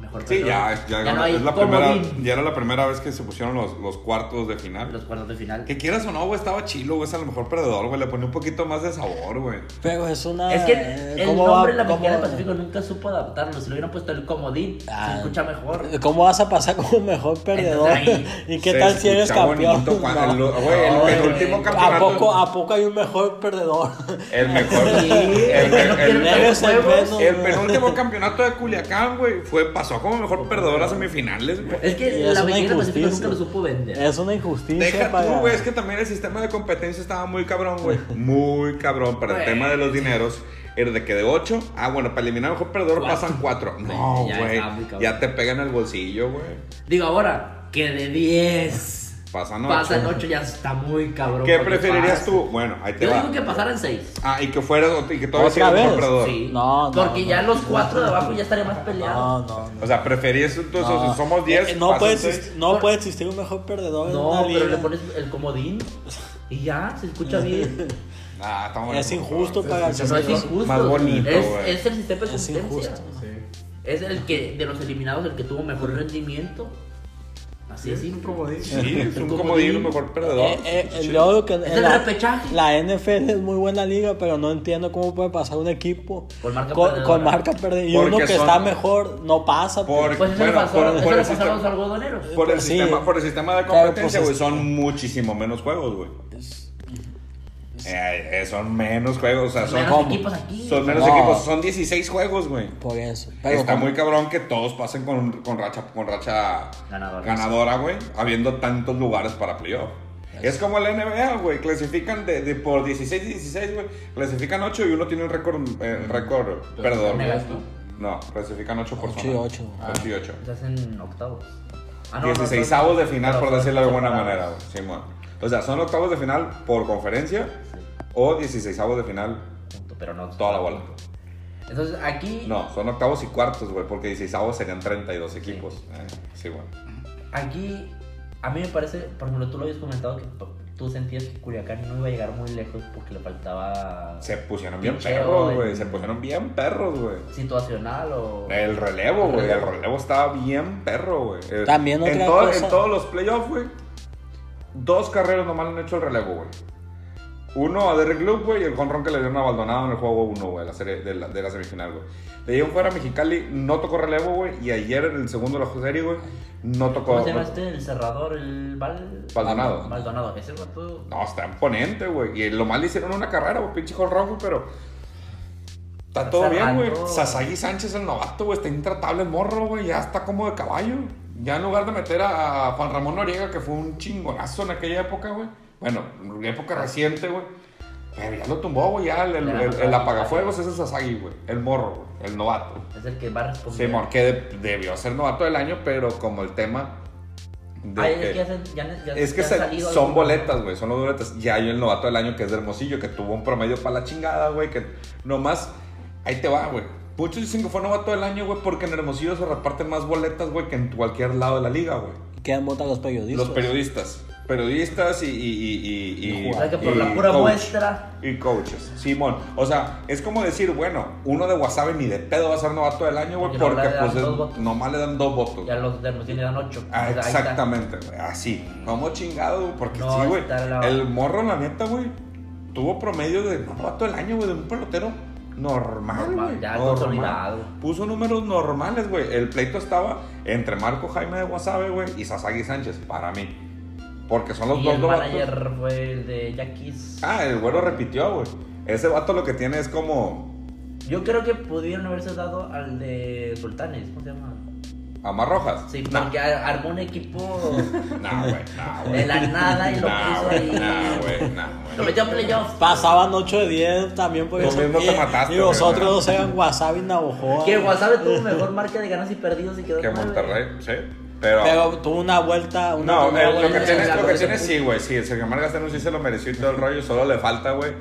Mejor Sí, perdedor. ya, ya, no hay es la comodín. primera, ya era la primera vez que se pusieron los, los cuartos de final. Los cuartos de final. Que quieras o no, güey, estaba chilo, güey, es a lo mejor perdedor, güey, le ponía un poquito más de sabor, güey. Pero es una. Es que eh, el ¿cómo nombre de la va- Mexicana del cómo- Pacífico nunca supo adaptarlo. Si lo hubieran puesto el comodín, Ah. se escucha mejor. ¿Cómo vas a pasar como mejor perdedor? ahí ¿Y qué Se tal si eres escucha campeón? bonito cuando el- No. eh, Güey, el No, penúltimo güey. campeonato. ¿A poco, ¿A poco hay un mejor perdedor? El mejor. Sí, el, el que el- no quiere el- ver los Debe ser juegos. menos. el penúltimo campeonato de Culiacán, güey, fue pasó como mejor perdedora a semifinales, güey. Es que Y es la una Pequeña Pacífico injusticia. nunca lo supo vender. Es una injusticia Deja para- tú, güey, es que también el sistema de competencia estaba muy cabrón, güey. Muy cabrón para el Güey. tema de los dineros. Era de que de 8, ah, bueno, para eliminar al mejor perdedor Cuatro. pasan 4. No, ya güey. está muy cabrón. Ya te pegan el bolsillo, güey. Digo, ahora, que de 10 Pasan 8. pasan 8 ya está muy cabrón. ¿Qué porque preferirías pasa. tú? Bueno, ahí te Yo va. digo que pasaran 6. Ah, y que fueras y que todavía ¿Otra seas el mejor vez? perdedor. Sí. No, no, Porque ya no. los 4 de abajo ya estarían más No, peleados. no, no. O sea, preferías entonces, No. somos 10. Eh, no, pasan pues, puede seis. existir, no puede existir un mejor perdedor en No, una pero liga. le pones el comodín y ya, se escucha bien. Ah, estamos- Es injusto para el Sí, No es sistema. injusto. Más bonito, es, güey. es el sistema de Es competencia. injusto. Sí. Es el que, de los eliminados, el que tuvo mejor rendimiento. Así es. es un comodín. Sí, es un Comodín. comodín, un mejor perdedor. Eh, eh, yo digo que Es el la, repechaje. la NFL es muy buena liga, pero no entiendo cómo puede pasar un equipo Con marca con, perdedora. con marca perdedora. Y Porque uno que son- está mejor no pasa. pues. Porque- Pues eso Bueno, le pasó, por- eso por le el pasó a los sistema- algodoneros. Por el, Sí. sistema, por el sistema de Claro, competencia, pues, güey, es- son muchísimo menos juegos, güey. Eh, eh, son menos juegos, o sea, Son son, menos como- equipos aquí. son menos No. equipos, son 16 juegos, güey. Por eso. Pero Está como- muy cabrón que todos pasen con, con racha, con racha Ganadora. ganadora, güey, habiendo tantos lugares para playoff. Es como la NBA, güey, clasifican de, de por 16, 16, güey, clasifican 8 y uno tiene un récord, eh, récord perdedor. ¿me güey. ves tú? No, clasifican 8 por Ocho y zona. ocho. Ah. Ocho y ocho. Estás en octavos. Ah, no, no, 16 son- avos de final, no, por son- decirlo de son buena separados. manera, güey. Simón. O sea, son octavos de final por conferencia o 16 avos de final Punto, Pero no. toda la bola. Entonces aquí, No, son octavos y cuartos, güey, porque 16 avos serían 32 equipos. Eh, sí, güey. aquí, a mí me parece, por ejemplo, tú lo habías comentado que tú- tú sentías que Culiacán no iba a llegar muy lejos porque le faltaba Se pusieron bien Pincheo, perros, güey. güey. Se pusieron bien perros, güey. situacional o. El relevo, güey. El relevo estaba bien perro, güey. Eh, También en otra todo- cosa- En todos los playoffs, güey. Dos carreras nomás le han hecho el relevo, güey. Uno a Derrick Luke, güey, y el jonrón que le dieron a Maldonado en el juego 1, güey, la serie, de, la, de la semifinal, güey. Le dieron fuera a Mexicali, no tocó relevo, güey, y ayer en el segundo de la serie, güey, no tocó... ¿Cómo se llama este? El cerrador, el Val... Maldonado. Maldonado. Ese vato. No, está imponente, güey. Y lo mal le hicieron una carrera, güey, pinche jonrón, güey, pero... Está Está todo bien, güey. cerrando. Sasagi Sánchez, el novato, güey, está intratable morro, güey, ya está como de caballo. Ya en lugar de meter a Juan Ramón Noriega, que fue un chingonazo en aquella época, güey. Bueno, época reciente, güey. Pero ya lo tumbó, güey, ya el, el, el- el apagafuegos es el Sasagi, güey. El morro, güey, el novato. Es el que va a responder. Sí, mor, que de- debió ser novato del año, pero como el tema... de Ay, que- es que ya, se- ya- ya- es que ya han se- salido son algunos. boletas, güey, son los boletas. Ya hay el novato del año que es de Hermosillo, que tuvo un promedio para la chingada, güey, que nomás ahí te va, güey. Muchos dicen que fue novato del año, güey, porque en Hermosillo se reparten más boletas, güey, que en cualquier lado de la liga, güey. ¿Quién vota a los periodistas? Los periodistas. Periodistas y... y, y, y- y- O sea que por y la pura coach. muestra. Y coaches, Simón. O sea, es como decir, bueno, uno de Wasabi ni de pedo va a ser novato del año, güey, Porque nomás porque le dan pues es- dos votos. nomás le dan dos votos. Ya los dermos tienen dan 8. Ah, exactamente, güey. Así. Como chingado, güey, Porque No, sí, güey. está la- El morro, la neta, güey. Tuvo promedio de no vato el año, güey, de un pelotero normal, Normal, güey. ya normal. consolidado. Puso números normales, güey. El pleito estaba entre Marco Jaime de Guasave, güey, y Sasagi Sánchez, para mí. Porque son los Y dos el novatos. manager fue el de Yaquis. Ah, el güero repitió, güey. Ese vato lo que tiene es como Yo creo que pudieron haberse dado al de Sultanes. ¿Cómo se llama? amarrojas. Sí, no, porque ar- armó un equipo no, güey, no, de güey. la nada y lo No, puso güey, ahí. no, güey, no, güey. Lo metió a playoff. Pasaban 8 de 10 también por Tú eso. mismo te Y- mataste, Y los güey. otros dos eran Wasabi y Navajoa. Que Guasave tuvo mejor marca de ganas y perdidos y quedó Que nueve. Monterrey, sí. Pero tuvo una vuelta, una No, primera eh, lo vuelta. que ya tiene, ya lo lo que tiene hizo. sí, güey, sí, el Sergio Margas no sí se lo mereció y todo el rollo, solo le falta, güey,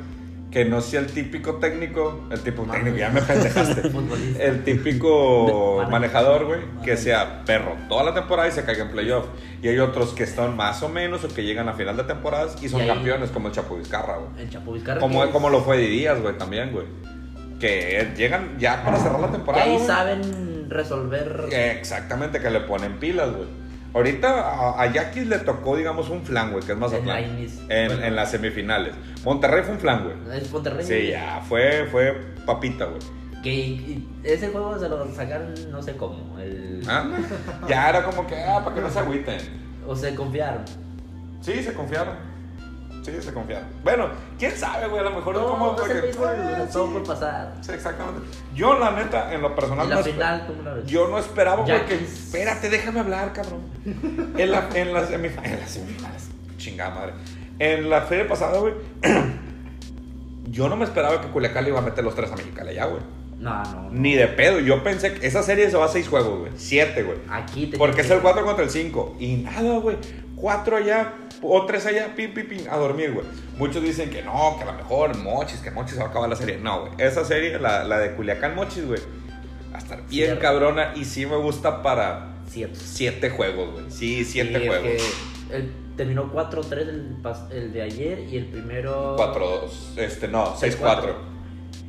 que no sea el típico técnico, el tipo Manager. técnico, ya me pendejaste, Futbolista. el típico Manager. manejador, güey, que sea perro toda la temporada y se caiga en playoff. Y hay otros que están más o menos o que llegan a final de temporadas y son Y ahí- campeones, como el Chapo Vizcarra, güey. El Chapo Vizcarra. Como, que- como lo fue Díaz, güey, también, güey. Que llegan ya para cerrar la que temporada. ahí güey. saben resolver. Eh. Exactamente, que le ponen pilas, güey. Ahorita a, a Yaquis le tocó, digamos, un flan, güey, que es más la En, inis- bueno. en las semifinales. Monterrey fue un flan, güey. Es Monterrey. Sí, ya, fue, fue papita, güey. Que y- ese juego se lo sacaron no sé cómo. El, Ah, Ya era como que, ah, para que no se agüiten. O se confiaron. Sí, se confiaron. Sí, se confiaron. Bueno, quién sabe, güey, a lo mejor No, cómo no fue es el que- béisbol, Ah, todo sí. por pasar. Sí, exactamente. Yo, la neta, en lo personal, Y la no esper- final, ¿cómo la ves? yo no esperaba, güey, que. Yankees. Espérate, déjame hablar, cabrón. En la, en la semif- en las semifinales. Chingada madre. En la feria pasada, güey, yo no me esperaba que Culiacán le iba a meter los tres a Mexicali ya, güey. No, no. no. Ni de pedo. Yo pensé que esa serie se va a seis juegos, güey. Siete, güey. Aquí te Porque es el 4 contra el 5. Y nada, güey. 4 allá o 3 allá, pim, pim, pim, a dormir, güey. Muchos dicen que no, que a lo mejor Mochis, que Mochis se va a acabar la serie. No, güey. Esa serie, la, la de Culiacán Mochis, güey. Va a estar bien Cierto. cabrona y sí me gusta para Cierto. 7 juegos, güey. Sí, 7 Sí, es juegos. que el- terminó 4-3 el, pas- el de ayer y el primero. 4-2. Este, no, 6-4. cuatro.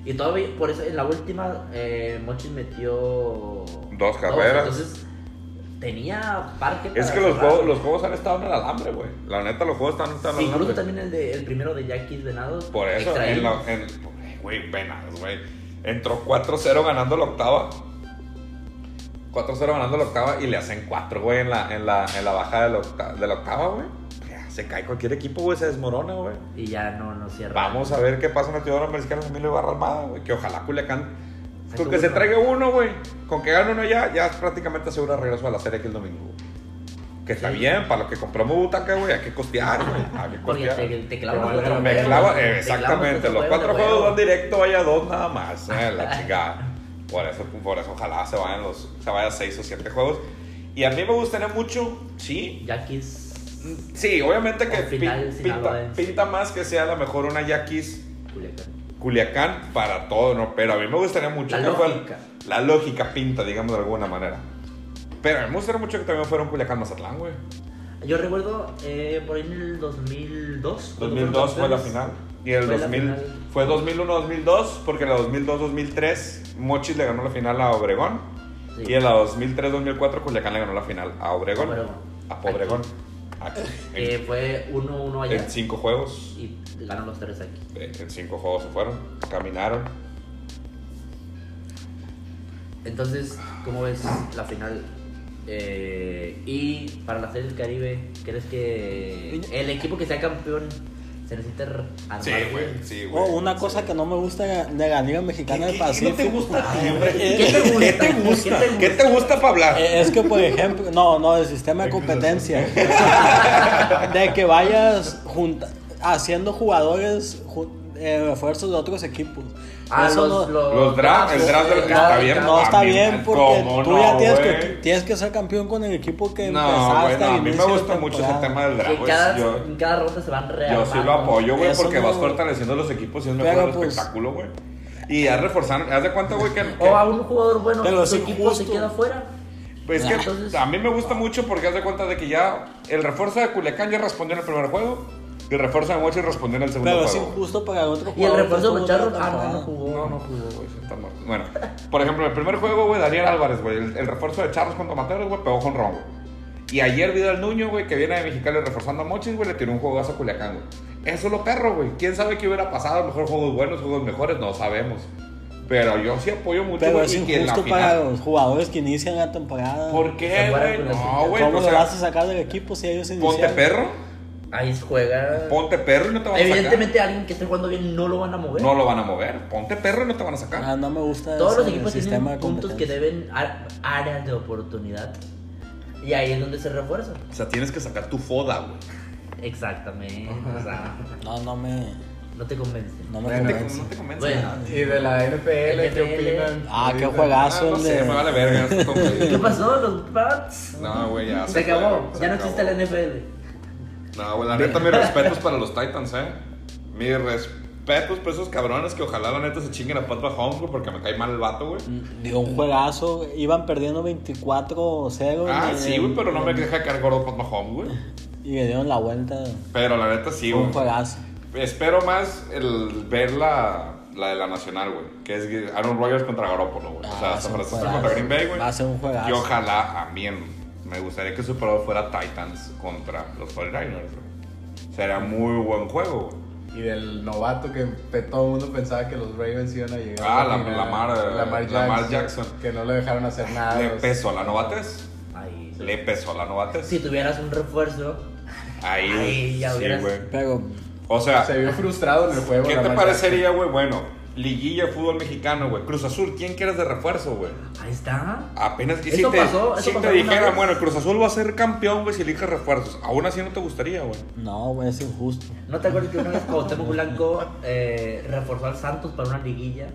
Y todavía, por eso, en la última, eh, Mochis metió. Dos carreras. entonces, tenía parque. Es para que los cerrar. juegos, los juegos han estado en el alambre, güey. La neta, los juegos están, están Sí, en el incluso alambre. también el, de, el primero de Jackie Venados. Por eso, extra en la, innings. en- güey, venados, güey. Entró 4-0 ganando la octava. 4-0 ganando la octava y le hacen 4, güey, en la, en la, en la bajada de la, octa- de la octava, güey. Ya, Se cae cualquier equipo, güey, se desmorona, güey. Y ya no, no cierra. Vamos a ver qué pasa en la Teodoro Mariscal en Emilio Barra Armada, güey. Que ojalá Culiacán. Con Saca que se uno. traiga uno, güey. Con que gane uno ya, ya es prácticamente asegura regreso a la serie aquí el domingo. güey. Que está Sí. bien, para los que compramos butaca, güey, hay que costear, güey. Hay que Porque costear. te, te clavan Te los cuatro valga, Me juegos, clava, te eh, exactamente. Los clavan cuatro de juegos huevo. van directo, vaya dos nada más. eh, la chingada. Por eso, por eso ojalá se vayan los, se vaya seis o siete juegos. Y a mí me gustaría mucho, sí. Yaquis, mm, Sí, obviamente que Al final, pin- pinta, sinaloense. pinta más que sea a lo mejor una Yaquis Culiacán. Culiacán para todo, ¿no? Pero a mí me gustaría mucho La que fuera- lógica. la lógica pinta, digamos de alguna manera. Pero a mí me gustaría mucho que también fuera un Culiacán Mazatlán, güey. Yo recuerdo eh, por ahí en el 2002. cuando fueron 2002 fue la campeones. final. Y el Fue la 2000 final. fue 2001-2002, porque en la 2002-2003 Mochis le ganó la final a Obregón. Sí. Y en la 2003-2004 Culiacán le ganó la final a Obregón. Obregón. Eh, A Pobregón. Aquí. En- Que fue 1-1 en, allá. cinco juegos. Y ganaron los tres aquí. eh, En cinco juegos se fueron. Caminaron. Entonces, ¿cómo ves la final? Eh, y para la Serie del Caribe, ¿crees que el equipo que sea campeón se necesita r- armar? Sí, güey. Sí, güey. Oh, una cosa que no me gusta de la Liga Mexicana del Pacífico. no te gusta a ti, hombre? Eh, ¿Qué te gusta? ¿Qué te gusta? ¿Qué te gusta para hablar? Eh, Es que, por ejemplo, no, no, el sistema de competencia. De que vayas junta- haciendo jugadores, ju- eh, refuerzos de otros equipos. Ah, Eso los, no- los, Los draft, el draft eh, del- está bien, no está a mí bien me- porque ¿cómo tú no, ya tienes que, güey? tienes que ser campeón con el equipo que No, empezaste. güey, no, al a mí me inicio de gusta mucho ese temporada. tema del draft. que güey. cada, Yo- en cada ronda se van pues, Yo rearmando. sí lo apoyo, güey, Eso porque no- vas fortaleciendo los equipos y es Pero, mejor el pues, espectáculo, güey. Y ya reforzaron, haz de cuenta, güey, que, que- O a un jugador bueno, Pero su es equipo se injusto. queda fuera. pues, que Entonces- a mí me gusta mucho porque haz de cuenta de que ya el refuerzo de Culiacán ya respondió en el primer juego y el refuerzo de Mochi respondió en el segundo Pero es juego. güey. injusto para el otro jugador. Y el refuerzo que de estuvo Charro, toda la ah, no, no temporada. jugó. No, no jugó, güey, se está muerto. Bueno, por ejemplo, el primer juego, güey, Daniel Álvarez, güey, el, el refuerzo de Charles contra Mateos, güey, pegó con Ron, güey. Y ayer Vidal Nuño, güey, que viene de Mexicali reforzando a Mochis, güey, le tiró un juegazo a Culiacán, güey. Eso es lo perro, güey. ¿Quién sabe qué hubiera pasado? A lo mejor juegos buenos, juegos mejores, no sabemos. Pero yo sí apoyo mucho, Pero güey, es y que en la injusto para final- los jugadores que inician la temporada. ¿Por qué, Se muere güey? con la No, final. güey, ¿Cómo o lo sea, vas a sacar del equipo si ellos inician? ponte perro, Ahí juega. ponte perro y no te van a sacar. Evidentemente, alguien que esté jugando bien no lo van a mover. No lo van a mover. Ponte perro y no te van a sacar. Ah, no me gusta Todos ese los equipos sistema tienen de puntos que competencia. deben a- áreas de oportunidad. Y ahí es donde se refuerza. O sea, tienes que sacar tu foda, güey. Exactamente. o sea, No, no me, no te convence. no No me te, convence. no te convence Bueno. nada. Y de la NPL, ¿qué NPL. opinan? Ah, qué Ahorita. juegazo. Ah, no el sé, de- me vale verga. esto es como- ¿Qué pasó? Los Pats. No, güey, ya. Se acabó. fue, se Ya no existe la acabó. NFL. No, güey, la neta, mis respetos para los Titans, eh. Mis respetos para esos cabrones que ojalá la neta se chinguen a Pat Mahomes, güey, porque me cae mal el vato, güey. Dio Mm, un juegazo, iban perdiendo 24-0. Ah, y- sí, güey, pero no me deja caer gordo Pat Mahomes, güey. Y le dieron la vuelta. Pero la neta sí, güey. un juegazo. Espero más el ver la, la de la Nacional, güey. Que es Aaron Rodgers contra Garoppolo, güey. o Ah, sea, va a ser San un Francisco juegazo. contra Green Bay, güey. Va a ser un juegazo. Y ojalá, amén. Me gustaría que su superador fuera Titans contra los 49ers, güey. Será muy buen juego, güey. Y del novato que pe- todo el mundo pensaba que los Ravens iban a llegar. Ah, a la- final. Lamar, eh, Lamar Jackson. Que no le dejaron hacer Ah, nada. Le los- pesó a la novatez. Ahí. Le pesó a la novatez. Si tuvieras un refuerzo, Ahí, Ahí, ya sí, hubieras- güey. Pero O sea, Se vio frustrado en el juego. ¿qué la te verdad. parecería, güey? Bueno, liguilla, fútbol mexicano, güey. Cruz Azul, ¿quién quieres de refuerzo, güey? Ahí está. Apenas. Y si Eso te, pasó, eso si pasó te alguna dijeran, vez. bueno, Cruz Azul va a ser campeón, güey, si eliges refuerzos. Aún así no te gustaría, güey. No, güey, es injusto. ¿No te acuerdas que una vez Cuauhtémoc Blanco eh, reforzó al Santos para una liguilla? eh,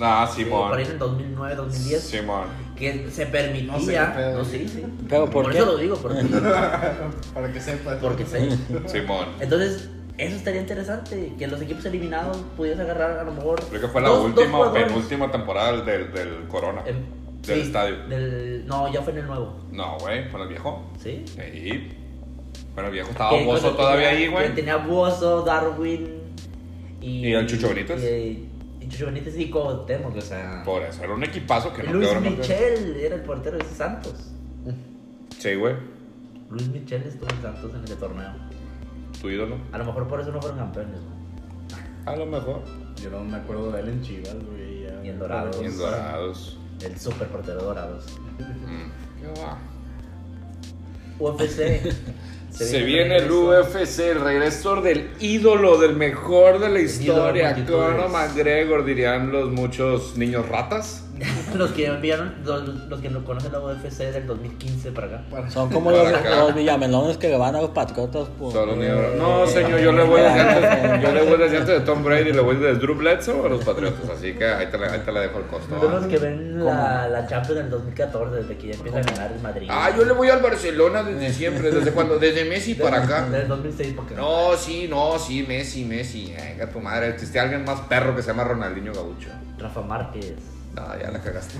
Ah, Por ahí Simón. en el 2009, 2010. Simón. Que se No sé qué permitía. pedo. No, sí, sí. Pero, ¿por qué? eso lo digo, porque, Para que sepas. porque sé. Simón. Entonces, eso estaría interesante. Que los equipos eliminados pudieses agarrar a lo mejor. Creo que fue la dos- dos última o jugadores. penúltima temporada del, del Corona. En- del sí, estadio. del- no, ya fue en el nuevo. No, güey, con el viejo. ¿Sí? Sí. Bueno, el viejo estaba Que bozo cuando todavía tenía- ahí, que güey. Tenía Bozo, Darwin. Y, ¿Y al Chucho Benítez? Y, y Chucho Benítez y Cuauhtémoc, o sea. Por eso, era un equipazo que no Luis quedó repartido. Michel era el portero de Santos. Sí, güey. Luis Michel estuvo en Santos en ese torneo. Tu ídolo. A lo mejor por eso no fueron campeones, güey. A lo mejor. Yo no me acuerdo de él en Chivas, güey. ya. Y en Dorados. Y en dorados. El super portero de Dorados. Mm. ¿Qué va? UFC. Se viene el regreso. UFC, el regreso del ídolo, del mejor de la historia, ídolo, Conor multitudes. McGregor, dirían los muchos niños ratas. los que vieron, los, los que no conocen la UFC del 2015 para acá. Para- Son como Para los, acá. los villamelones que le van a los patriotas pues. por... Son los niños ratas. No, señor, yo le voy desde antes, yo le voy desde antes de Tom Brady, le voy desde Drew Bledsoe a los Patriotas, así que ahí te la, ahí te la dejo el costo. Son los ¿ah? que ven la, la Champions del 2014, desde que ya empieza a ganar el Madrid. Ah, yo le voy al Barcelona desde siempre, desde cuando, desde Messi Desde- para acá. Desde el 2006 para acá. No, sí, no, sí, Messi, Messi. eh, Venga, tu madre, existe alguien más perro que se llama Ronaldinho Gabucho. Rafa Márquez. No, ya la cagaste.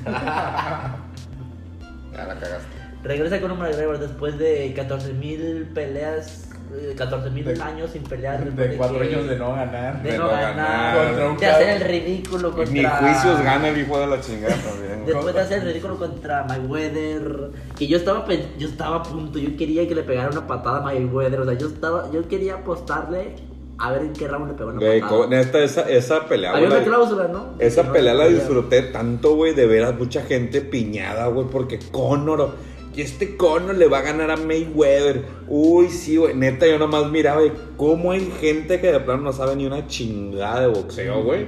Ya la cagaste. Regresa con un McGregor después de 14.000 peleas, eh, 14.000 De- años sin pelear. después De cuatro que- años de no ganar. de de no no ganar. ganar, de Contra un hacer el cabrón. ridículo contra... Ni juicios gana el hijo de la chingada también. güey. Después de hacer el ridículo contra Mayweather, que yo estaba, pen- yo estaba a punto, yo quería que le pegara una patada a Mayweather, o sea, yo estaba, yo quería apostarle a ver en qué round le pegó una Güey, co- patada. neta, esa, esa pelea, Había güey, una cláusula, ¿no? De que Esa no pelea la podía- disfruté tanto, güey, de ver a mucha gente piñada, güey, porque Conor, y este Conor le va a ganar a Mayweather. Uy, sí, güey, neta, yo nomás miraba, güey, cómo hay gente que de plano no sabe ni una chingada de boxeo, güey.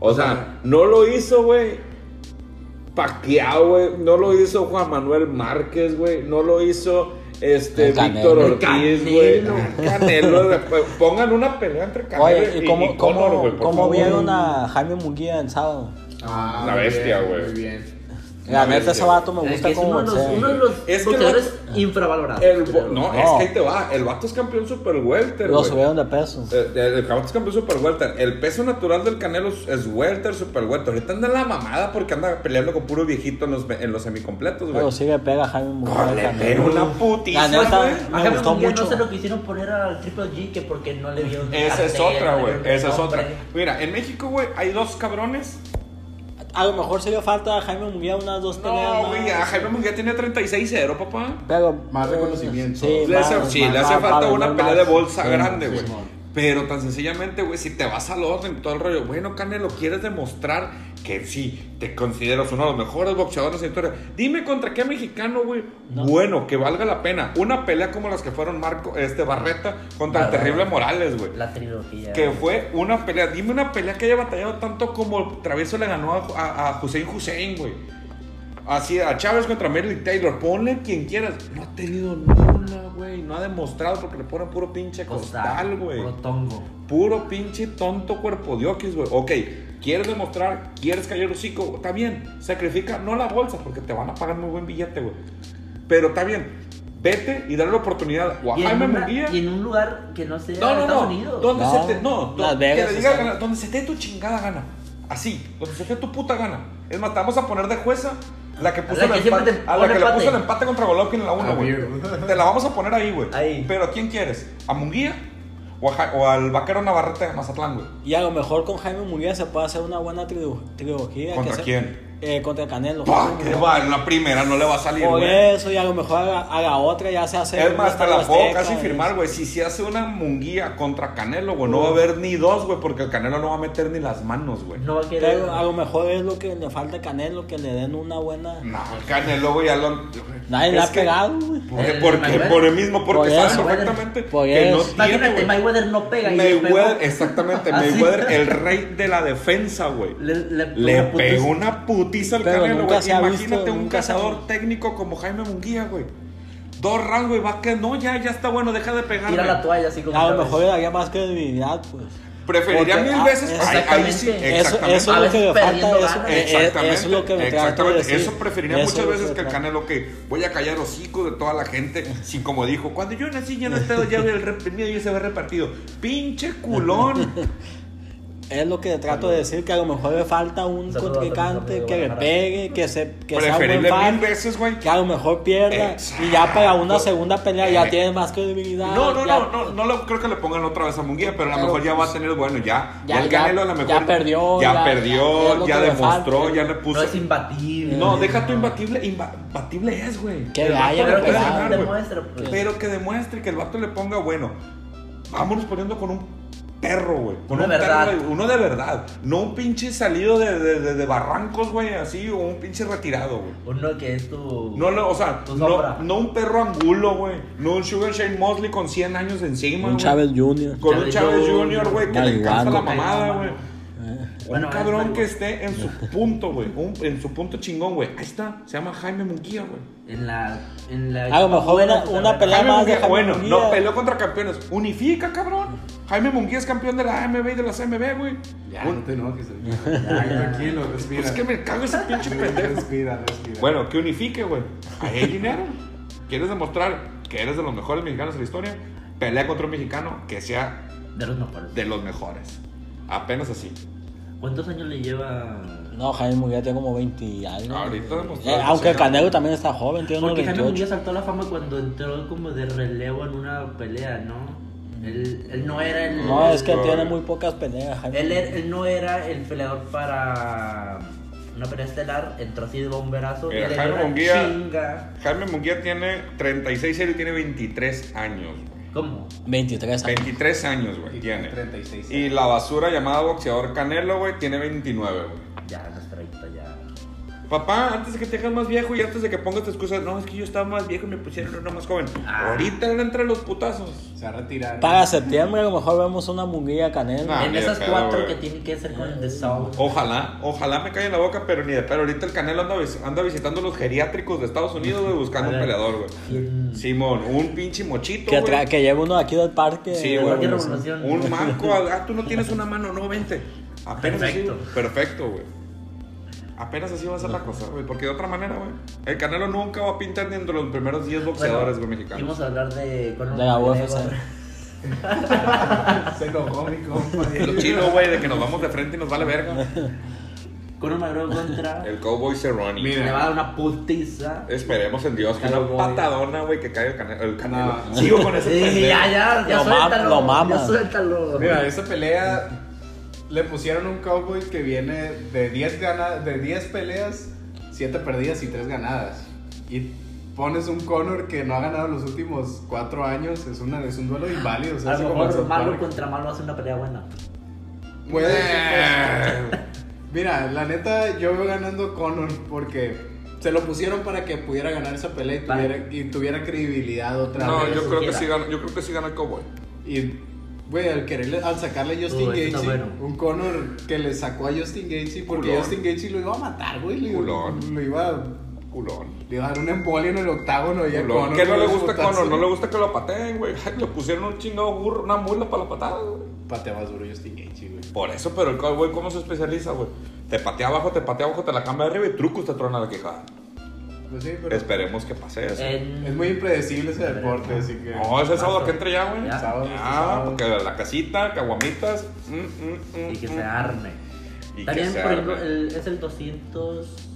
O sea, no lo hizo, güey. Paqueado, güey. No lo hizo Juan Manuel Márquez, güey. No lo hizo este El Canelo. Víctor El Ortiz, güey. Canelo. Canelo. de- Pongan una pelea entre Canelo Oye, ¿y cómo, cómo, Conor, güey, por cómo favor. vieron a Jaime Munguía en sábado? Ah, La muy bestia, bien, güey. Muy bien. La neta, ese vato me Es que gusta es uno como de los, uno de boxea. los Es que boxeadores infravalorados. El bo- creo. no, No. es que ahí te va. El vato es campeón super welter, Lo güey. subieron de peso. Eh, El, el vato es campeón super welter. El peso natural del Canelo es- es welter, super welter. Ahorita anda la mamada porque anda peleando con puro viejito en los, en los semicompletos, güey. Pero sí le pega a Jaime Munguía. No, al le Canelo. pega una La putiza, neta, güey. A me Jaime gustó Munguía mucho. No sé lo que hicieron poner al Triple G, que porque no le vieron. Esa es cartel, otra, no güey. le vieron Esa es nombre. otra. Mira, en México, güey, hay dos cabrones. A lo mejor se le falta a Jaime Munguía unas dos peleas No, más. güey, a Jaime Munguía tiene 36-0, papá. Pero, Más reconocimiento. Sí, Le más, hace, sí, más, le hace más, falta para una vender pelea de más. bolsa Sí, grande, sí, güey. Simón. Pero tan sencillamente, güey, si te vas al orden y todo el rollo, bueno, Canelo, quieres demostrar que sí, te consideras uno de los mejores boxeadores de la historia. Dime contra qué mexicano, güey, bueno, que valga la pena. Una pelea como las que fueron Marco, este, Barreta contra el Barreta. terrible Morales, güey. La trilogía. Que fue una pelea, dime una pelea que haya batallado tanto como Travieso le ganó a, a, a Hussein Hussein, güey. Así, a Chávez contra Merlin Taylor, ponle quien quieras. No ha tenido ninguna, güey. No ha demostrado porque le ponen puro pinche costal, güey. Puro tongo. Puro pinche tonto cuerpo de oquis, güey. Ok, quieres demostrar, quieres callar el hocico, está bien. Sacrifica, no la bolsa, porque te van a pagar muy buen billete, güey. Pero está bien, vete y dale la oportunidad. O a Y en, Jaime una- Munguía. y en un lugar que no sea No, no, Estados no. Unidos. Donde No, se te, no, Las do- Vegas que le diga está. gana, donde se te dé tu chingada gana. Así, donde se te dé tu puta gana. Es más, te vamos a poner de jueza la que puso la que el siempre empate, te a la pone que le puso el empate. empate contra Golovkin en la 1, Ah, güey. bien. Te la vamos a poner ahí, güey. Ahí. Pero ¿a quién quieres? ¿A Munguía o, a Ja- o al vaquero Navarrete de Mazatlán, güey? Y a lo mejor con Jaime Munguía se puede hacer una buena trilog- trilogía. que ¿Contra se- quién? eh, contra Canelo. ¡Pah! ¿Qué va? En la primera no le va a salir, Por güey. eso, y a lo mejor haga, haga otra, ya se hace. Es más, hasta la puedo boca casi firmar, güey. Si se hace una munguía contra Canelo, güey, no va a haber ni dos, güey, porque el Canelo no va a meter ni las manos, güey. No va a querer. Pero a lo mejor es lo que le falta a Canelo, que le den una buena. No, el Canelo, güey, ya lo. Nadie le Es ha que- pegado, güey. ¿Por qué? El ¿Por qué? Mayweather. Por el mismo, porque Por sabe eso. perfectamente Por que no eso. tiene, Imagínate, güey. Mayweather no pega y le pegó. Mayweather, exactamente, Así. Mayweather, el rey de la defensa, güey. Le, le, Le una putiza. pegó una putiza al Pero Canelo, nunca güey. se ha visto, Imagínate un nunca se ha- cazador técnico como Jaime Munguía, güey. Dos rounds, güey, va que no, ya, ya está bueno, deja de pegarle. Tira la toalla así como. A lo otra mejor vez. le daría más credibilidad, pues. Preferiría Porque, mil ah, veces. Ahí, ahí sí, exactamente. Eso, exactamente. eso A es lo veces que le perdiendo falta. Eso, ganas. eh, eh, Exactamente, eso es lo que me trato de exactamente. decir. Eso preferiría Eso muchas es lo veces que el trato. Canelo que voy a callar hocico de toda la gente, sin como dijo, cuando yo nací ya no estaba ya el reprimido ya se había repartido. Pinche culón. Es lo que le trato de decir, que a lo mejor le falta un Saludos a todos los contrincante amigos que de le Guadalajara. pegue, que, se, que sea un buen Preferible mil fan, veces, güey. que a lo mejor pierda. Y ya para una segunda pelea Eh. ya tiene más credibilidad. No, no, ya- no, no, no lo- creo que le pongan otra vez a Munguía, pero a lo Pero, mejor ya va a pues, tener, bueno, ya, ya, ya- el Canelo a lo ya- mejor ya perdió, ya, ya- ya- es perdió, lo ya que le demostró, falta. ya le puso. No es imbatible. No, deja tu imbatible, imbatible es, güey. Que El le vato hayan le Pero puede que pegado. ganar, no güey. demuestra. pues. Pero que demuestre que el vato le ponga bueno. Vámonos poniendo con un perro, güey. Con Uno un de verdad. perro, güey, uno de verdad. No un pinche salido de, de- de- de barrancos, güey, así, o un pinche retirado, güey. Uno que es tu. No, no, o sea, Tu sombra. no, no un perro angulo, güey. No un Sugar Shane Mosley con 100 años encima, Un güey. Chávez Jr. Con un Chávez Chávez Jr., Jr., güey, que Dale, le encanta la guango, mamada, pega, güey. Eh. Bueno, un es cabrón Mayweather. que esté en su punto, güey. un- En su punto chingón, güey. Ahí está. Se llama Jaime Munguía, güey. En la. En la A lo mejor buena, una- la una buena. pelea- Jaime más Munguía, deja bueno, Munguía. no peleó contra campeones. Unifica, cabrón. Jaime Munguía es campeón de la AMB y de la CMB, güey. Ya, Un- no te enojes. amigo. Ay, Tranquilo, respira. Pues que me cago ese pinche pendejo. Respira, respira. Bueno, que unifique, güey. Ahí hay dinero. ¿Quieres demostrar que eres de los mejores mexicanos de la historia? Pelea contra un mexicano que sea De los mejores. de los mejores. Apenas así. ¿Cuántos años le lleva? No, Jaime Munguía tiene como 20 y algo. Ahorita demostró. Eh, aunque el Sí, Canelo también está joven, tiene unos Porque Jaime 28. Munguía saltó a la fama cuando entró como de relevo en una pelea, ¿no? Él, él no era el. No, es que No, tiene güey. muy pocas peleas, Jaime. Él, er- él no era el peleador para una pelea estelar, entró así de bomberazo. y Mira, le dio Jaime una Eh, Munguía- Chinga. Jaime Munguía tiene 36 él tiene 23 años. güey. ¿Cómo? 23 años. 23 años, güey, Y tiene. 36 Y la basura llamada boxeador Canelo, güey, tiene 29, güey. Ya, no es 30, ya. Papá, antes de que te hagas más viejo y antes de que pongas tu excusa, no, es que yo estaba más viejo y me pusieron uno más joven. Ah. Ahorita él entra a los putazos. Se va a retirar. Para septiembre a lo mejor vemos una Munguía Canelo. Ah, en ni de esas pedo, cuatro güey. que tiene que hacer con el de Saul. Ojalá, ojalá me caiga en la boca, pero ni de pero ahorita el Canelo anda, vis- anda visitando los geriátricos de Estados Unidos, güey, buscando A un ver. peleador, Mm. güey. Simón, un pinche mochito, Que, tra- güey. que lleve uno aquí del parque. Sí, de güey. la- Revolución. Un manco, ah, tú no tienes una mano, no, vente. Apenas Perfecto. así. Perfecto, güey. Apenas así va a ser la cosa, güey, porque de otra manera, güey. El Canelo nunca va a pintar ni entre los primeros 10 boxeadores, güey, mexicanos. Vamos a hablar de. Conor De la McGregor. UFC. Se enojó mi compa. Lo chido, güey, de que nos vamos de frente y nos vale verga. Conor McGregor contra. El Eh, Cowboy Cerrone. Mira. Le va a dar una putiza. Esperemos en Dios que una Cowboy. patadona, güey, que caiga el Canelo. El Canelo. No. Sigo con ese Sí, pendejo. ya, ya, ya Lo mam- suéltalo. lo mama. Ya suéltalo. Mira, esa pelea le pusieron un cowboy que viene de 10 gana- de 10 peleas, 7 perdidas y 3 ganadas. Y pones un Conor que no ha ganado los últimos 4 años, es una es un duelo inválido, o sea, a es lo como mejor South malo Park. contra malo hace una pelea buena. Puede Eh. que- Mira, la neta yo veo ganando Conor porque se lo pusieron para que pudiera ganar esa pelea y Vale. tuviera, y tuviera credibilidad otra No, vez. yo creo, que Siquiera. sí gana, yo creo que sí gana el Cowboy. Y, güey, al quererle, al sacarle a Justin Uy, Gaethje, eso está bueno. un Conor que le sacó a Justin Gaethje porque Culón. Justin Gaethje lo iba a matar, güey. Le, Culón. lo iba, a- Culón. le iba a dar un embolio en el octágono y a Culón. Conor. ¿Qué no güey, le gusta a putazo. Conor? No le gusta que lo pateen, güey. Ay, Le pusieron un chingado burro, una mula para la patada, güey. Patea más duro Justin Gaethje, güey. Por eso, pero el Cowboy, ¿cómo se especializa, güey? Te patea abajo, te patea abajo, te la cambia arriba y trucos te trona la quijada. Pues sí, pero Eh, Esperemos que pase eso. En- es muy impredecible ese deporte, así que. No, ese sábado Paso. que entre ya, güey. Ya. Sábado, este Ah, sábado. porque la casita, caguamitas. mm, mm, mm, Y que mm. se arme. Y que También, se por ejemplo, arme. el- es el 200.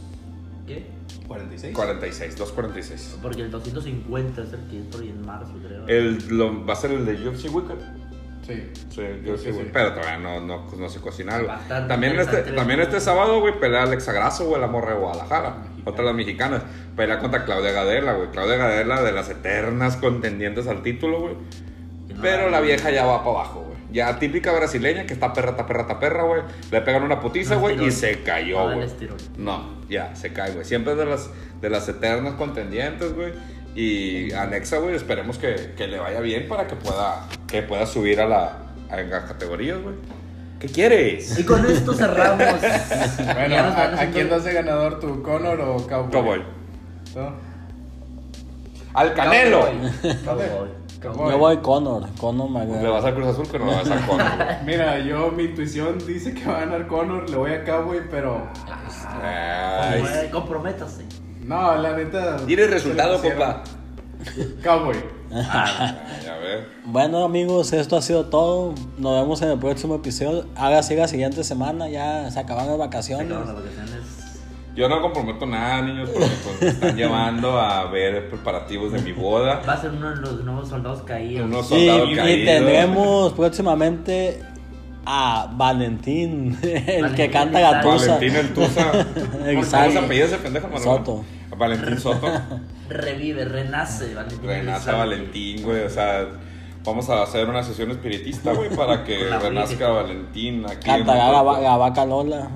¿Qué? 46. 46, 246. Porque el 250 es el que es por ahí en marzo, creo. El, lo- va a ser el de UFC Wicked. Sí. Sí, yo sí, Sí, güey. sí. Pero todavía no, no, pues no se cocina, güey. Va a estar También este, interesante el también juego. este sábado, güey, pelea Alexa Grasso, güey, la morra de Guadalajara. Otra de las mexicanas. Pelea contra Claudia Gadela, güey. Claudia Gadela de las eternas contendientes al título, güey. Que no Pero la- la vieja ya va para abajo, güey. Ya típica brasileña que está perra, está perra, está perra, güey. Le pegan una putiza, No, güey, y estirón. se No, cayó, del güey. estirón. No, ya, se cae, güey. Siempre es de las, de las eternas contendientes, güey. Y Alexa, güey, esperemos que, que le vaya bien para que pueda, que pueda subir a, la, a las categorías, güey. ¿Qué quieres? Y con esto cerramos. Bueno, Ya nos van ¿a, a haciendo- quién das de ganador tú, Conor o Cowboy? Cowboy. ¿Tú? ¡Al Canelo! Cowboy. Cowboy. Yo voy Conor, Conor ¿Le McGregor. vas al Cruz Azul que no le vas al Conor, güey? Mira, yo mi intuición dice que va a ganar Conor, le voy a Cowboy, pero Ay, Ay, Comprométase. no, la neta. Dile el resultado, se lo papá. pusieron. Cowboy. Ah, Ay, a ver. Bueno amigos, esto ha sido todo. Nos vemos en el próximo episodio. Ahora sí la siguiente semana, ya se acabaron las Se vacaciones. acabaron las vacaciones. Yo no comprometo nada, niños, porque pues, me están llevando a ver preparativos de mi boda. Va a ser uno de los nuevos soldados caídos. Unos Y, soldados y caídos. tendremos próximamente a Valentín, el que Valentín canta Elizalde. Gatusa. Valentín el Tusa. ¿Cómo se Elizalde. apellida ese pendejo, Manuel? Soto. Valentín Soto. Revive, renace, Valentín. Renace Elizalde. Valentín, güey. O sea, vamos a hacer una sesión espiritista, güey, para que Con la renazca Virgen. Valentín aquí. Cantará en- la, va- la vaca Lola.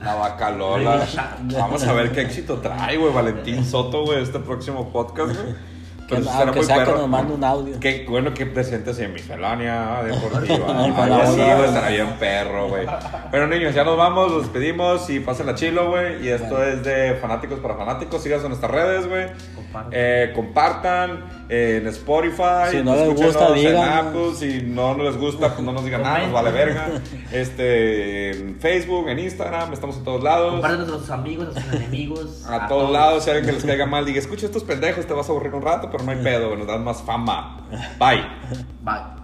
La vaca Lola. Revisar. Vamos a ver qué éxito trae, güey, Valentín Soto, güey, este próximo podcast, güey. Que, Entonces, Pues será aunque muy sea que perro. nos mande un audio. Qué bueno que presentes en miscelánea ah, deportiva. Ay, con Algo la así, bola. güey, estará bien perro, güey. Bueno, niños, ya nos vamos, los despedimos y pasen la chilo, güey. Y esto es de Fanáticos para Fanáticos. Síganos en nuestras redes, güey. Compartan. Eh, compartan eh, en Spotify. Si no les escúchenos gusta, en díganos. Apple. Si no les gusta, pues no nos digan nada, nos vale Comenten. verga. Este, en Facebook, en Instagram, estamos en todos lados. Compártanos a sus amigos, a sus enemigos. A, todos, lados, si alguien que les caiga mal, diga, escucha estos pendejos, te vas a aburrir un rato, pero no hay pedo, nos dan más fama. Bye. Bye.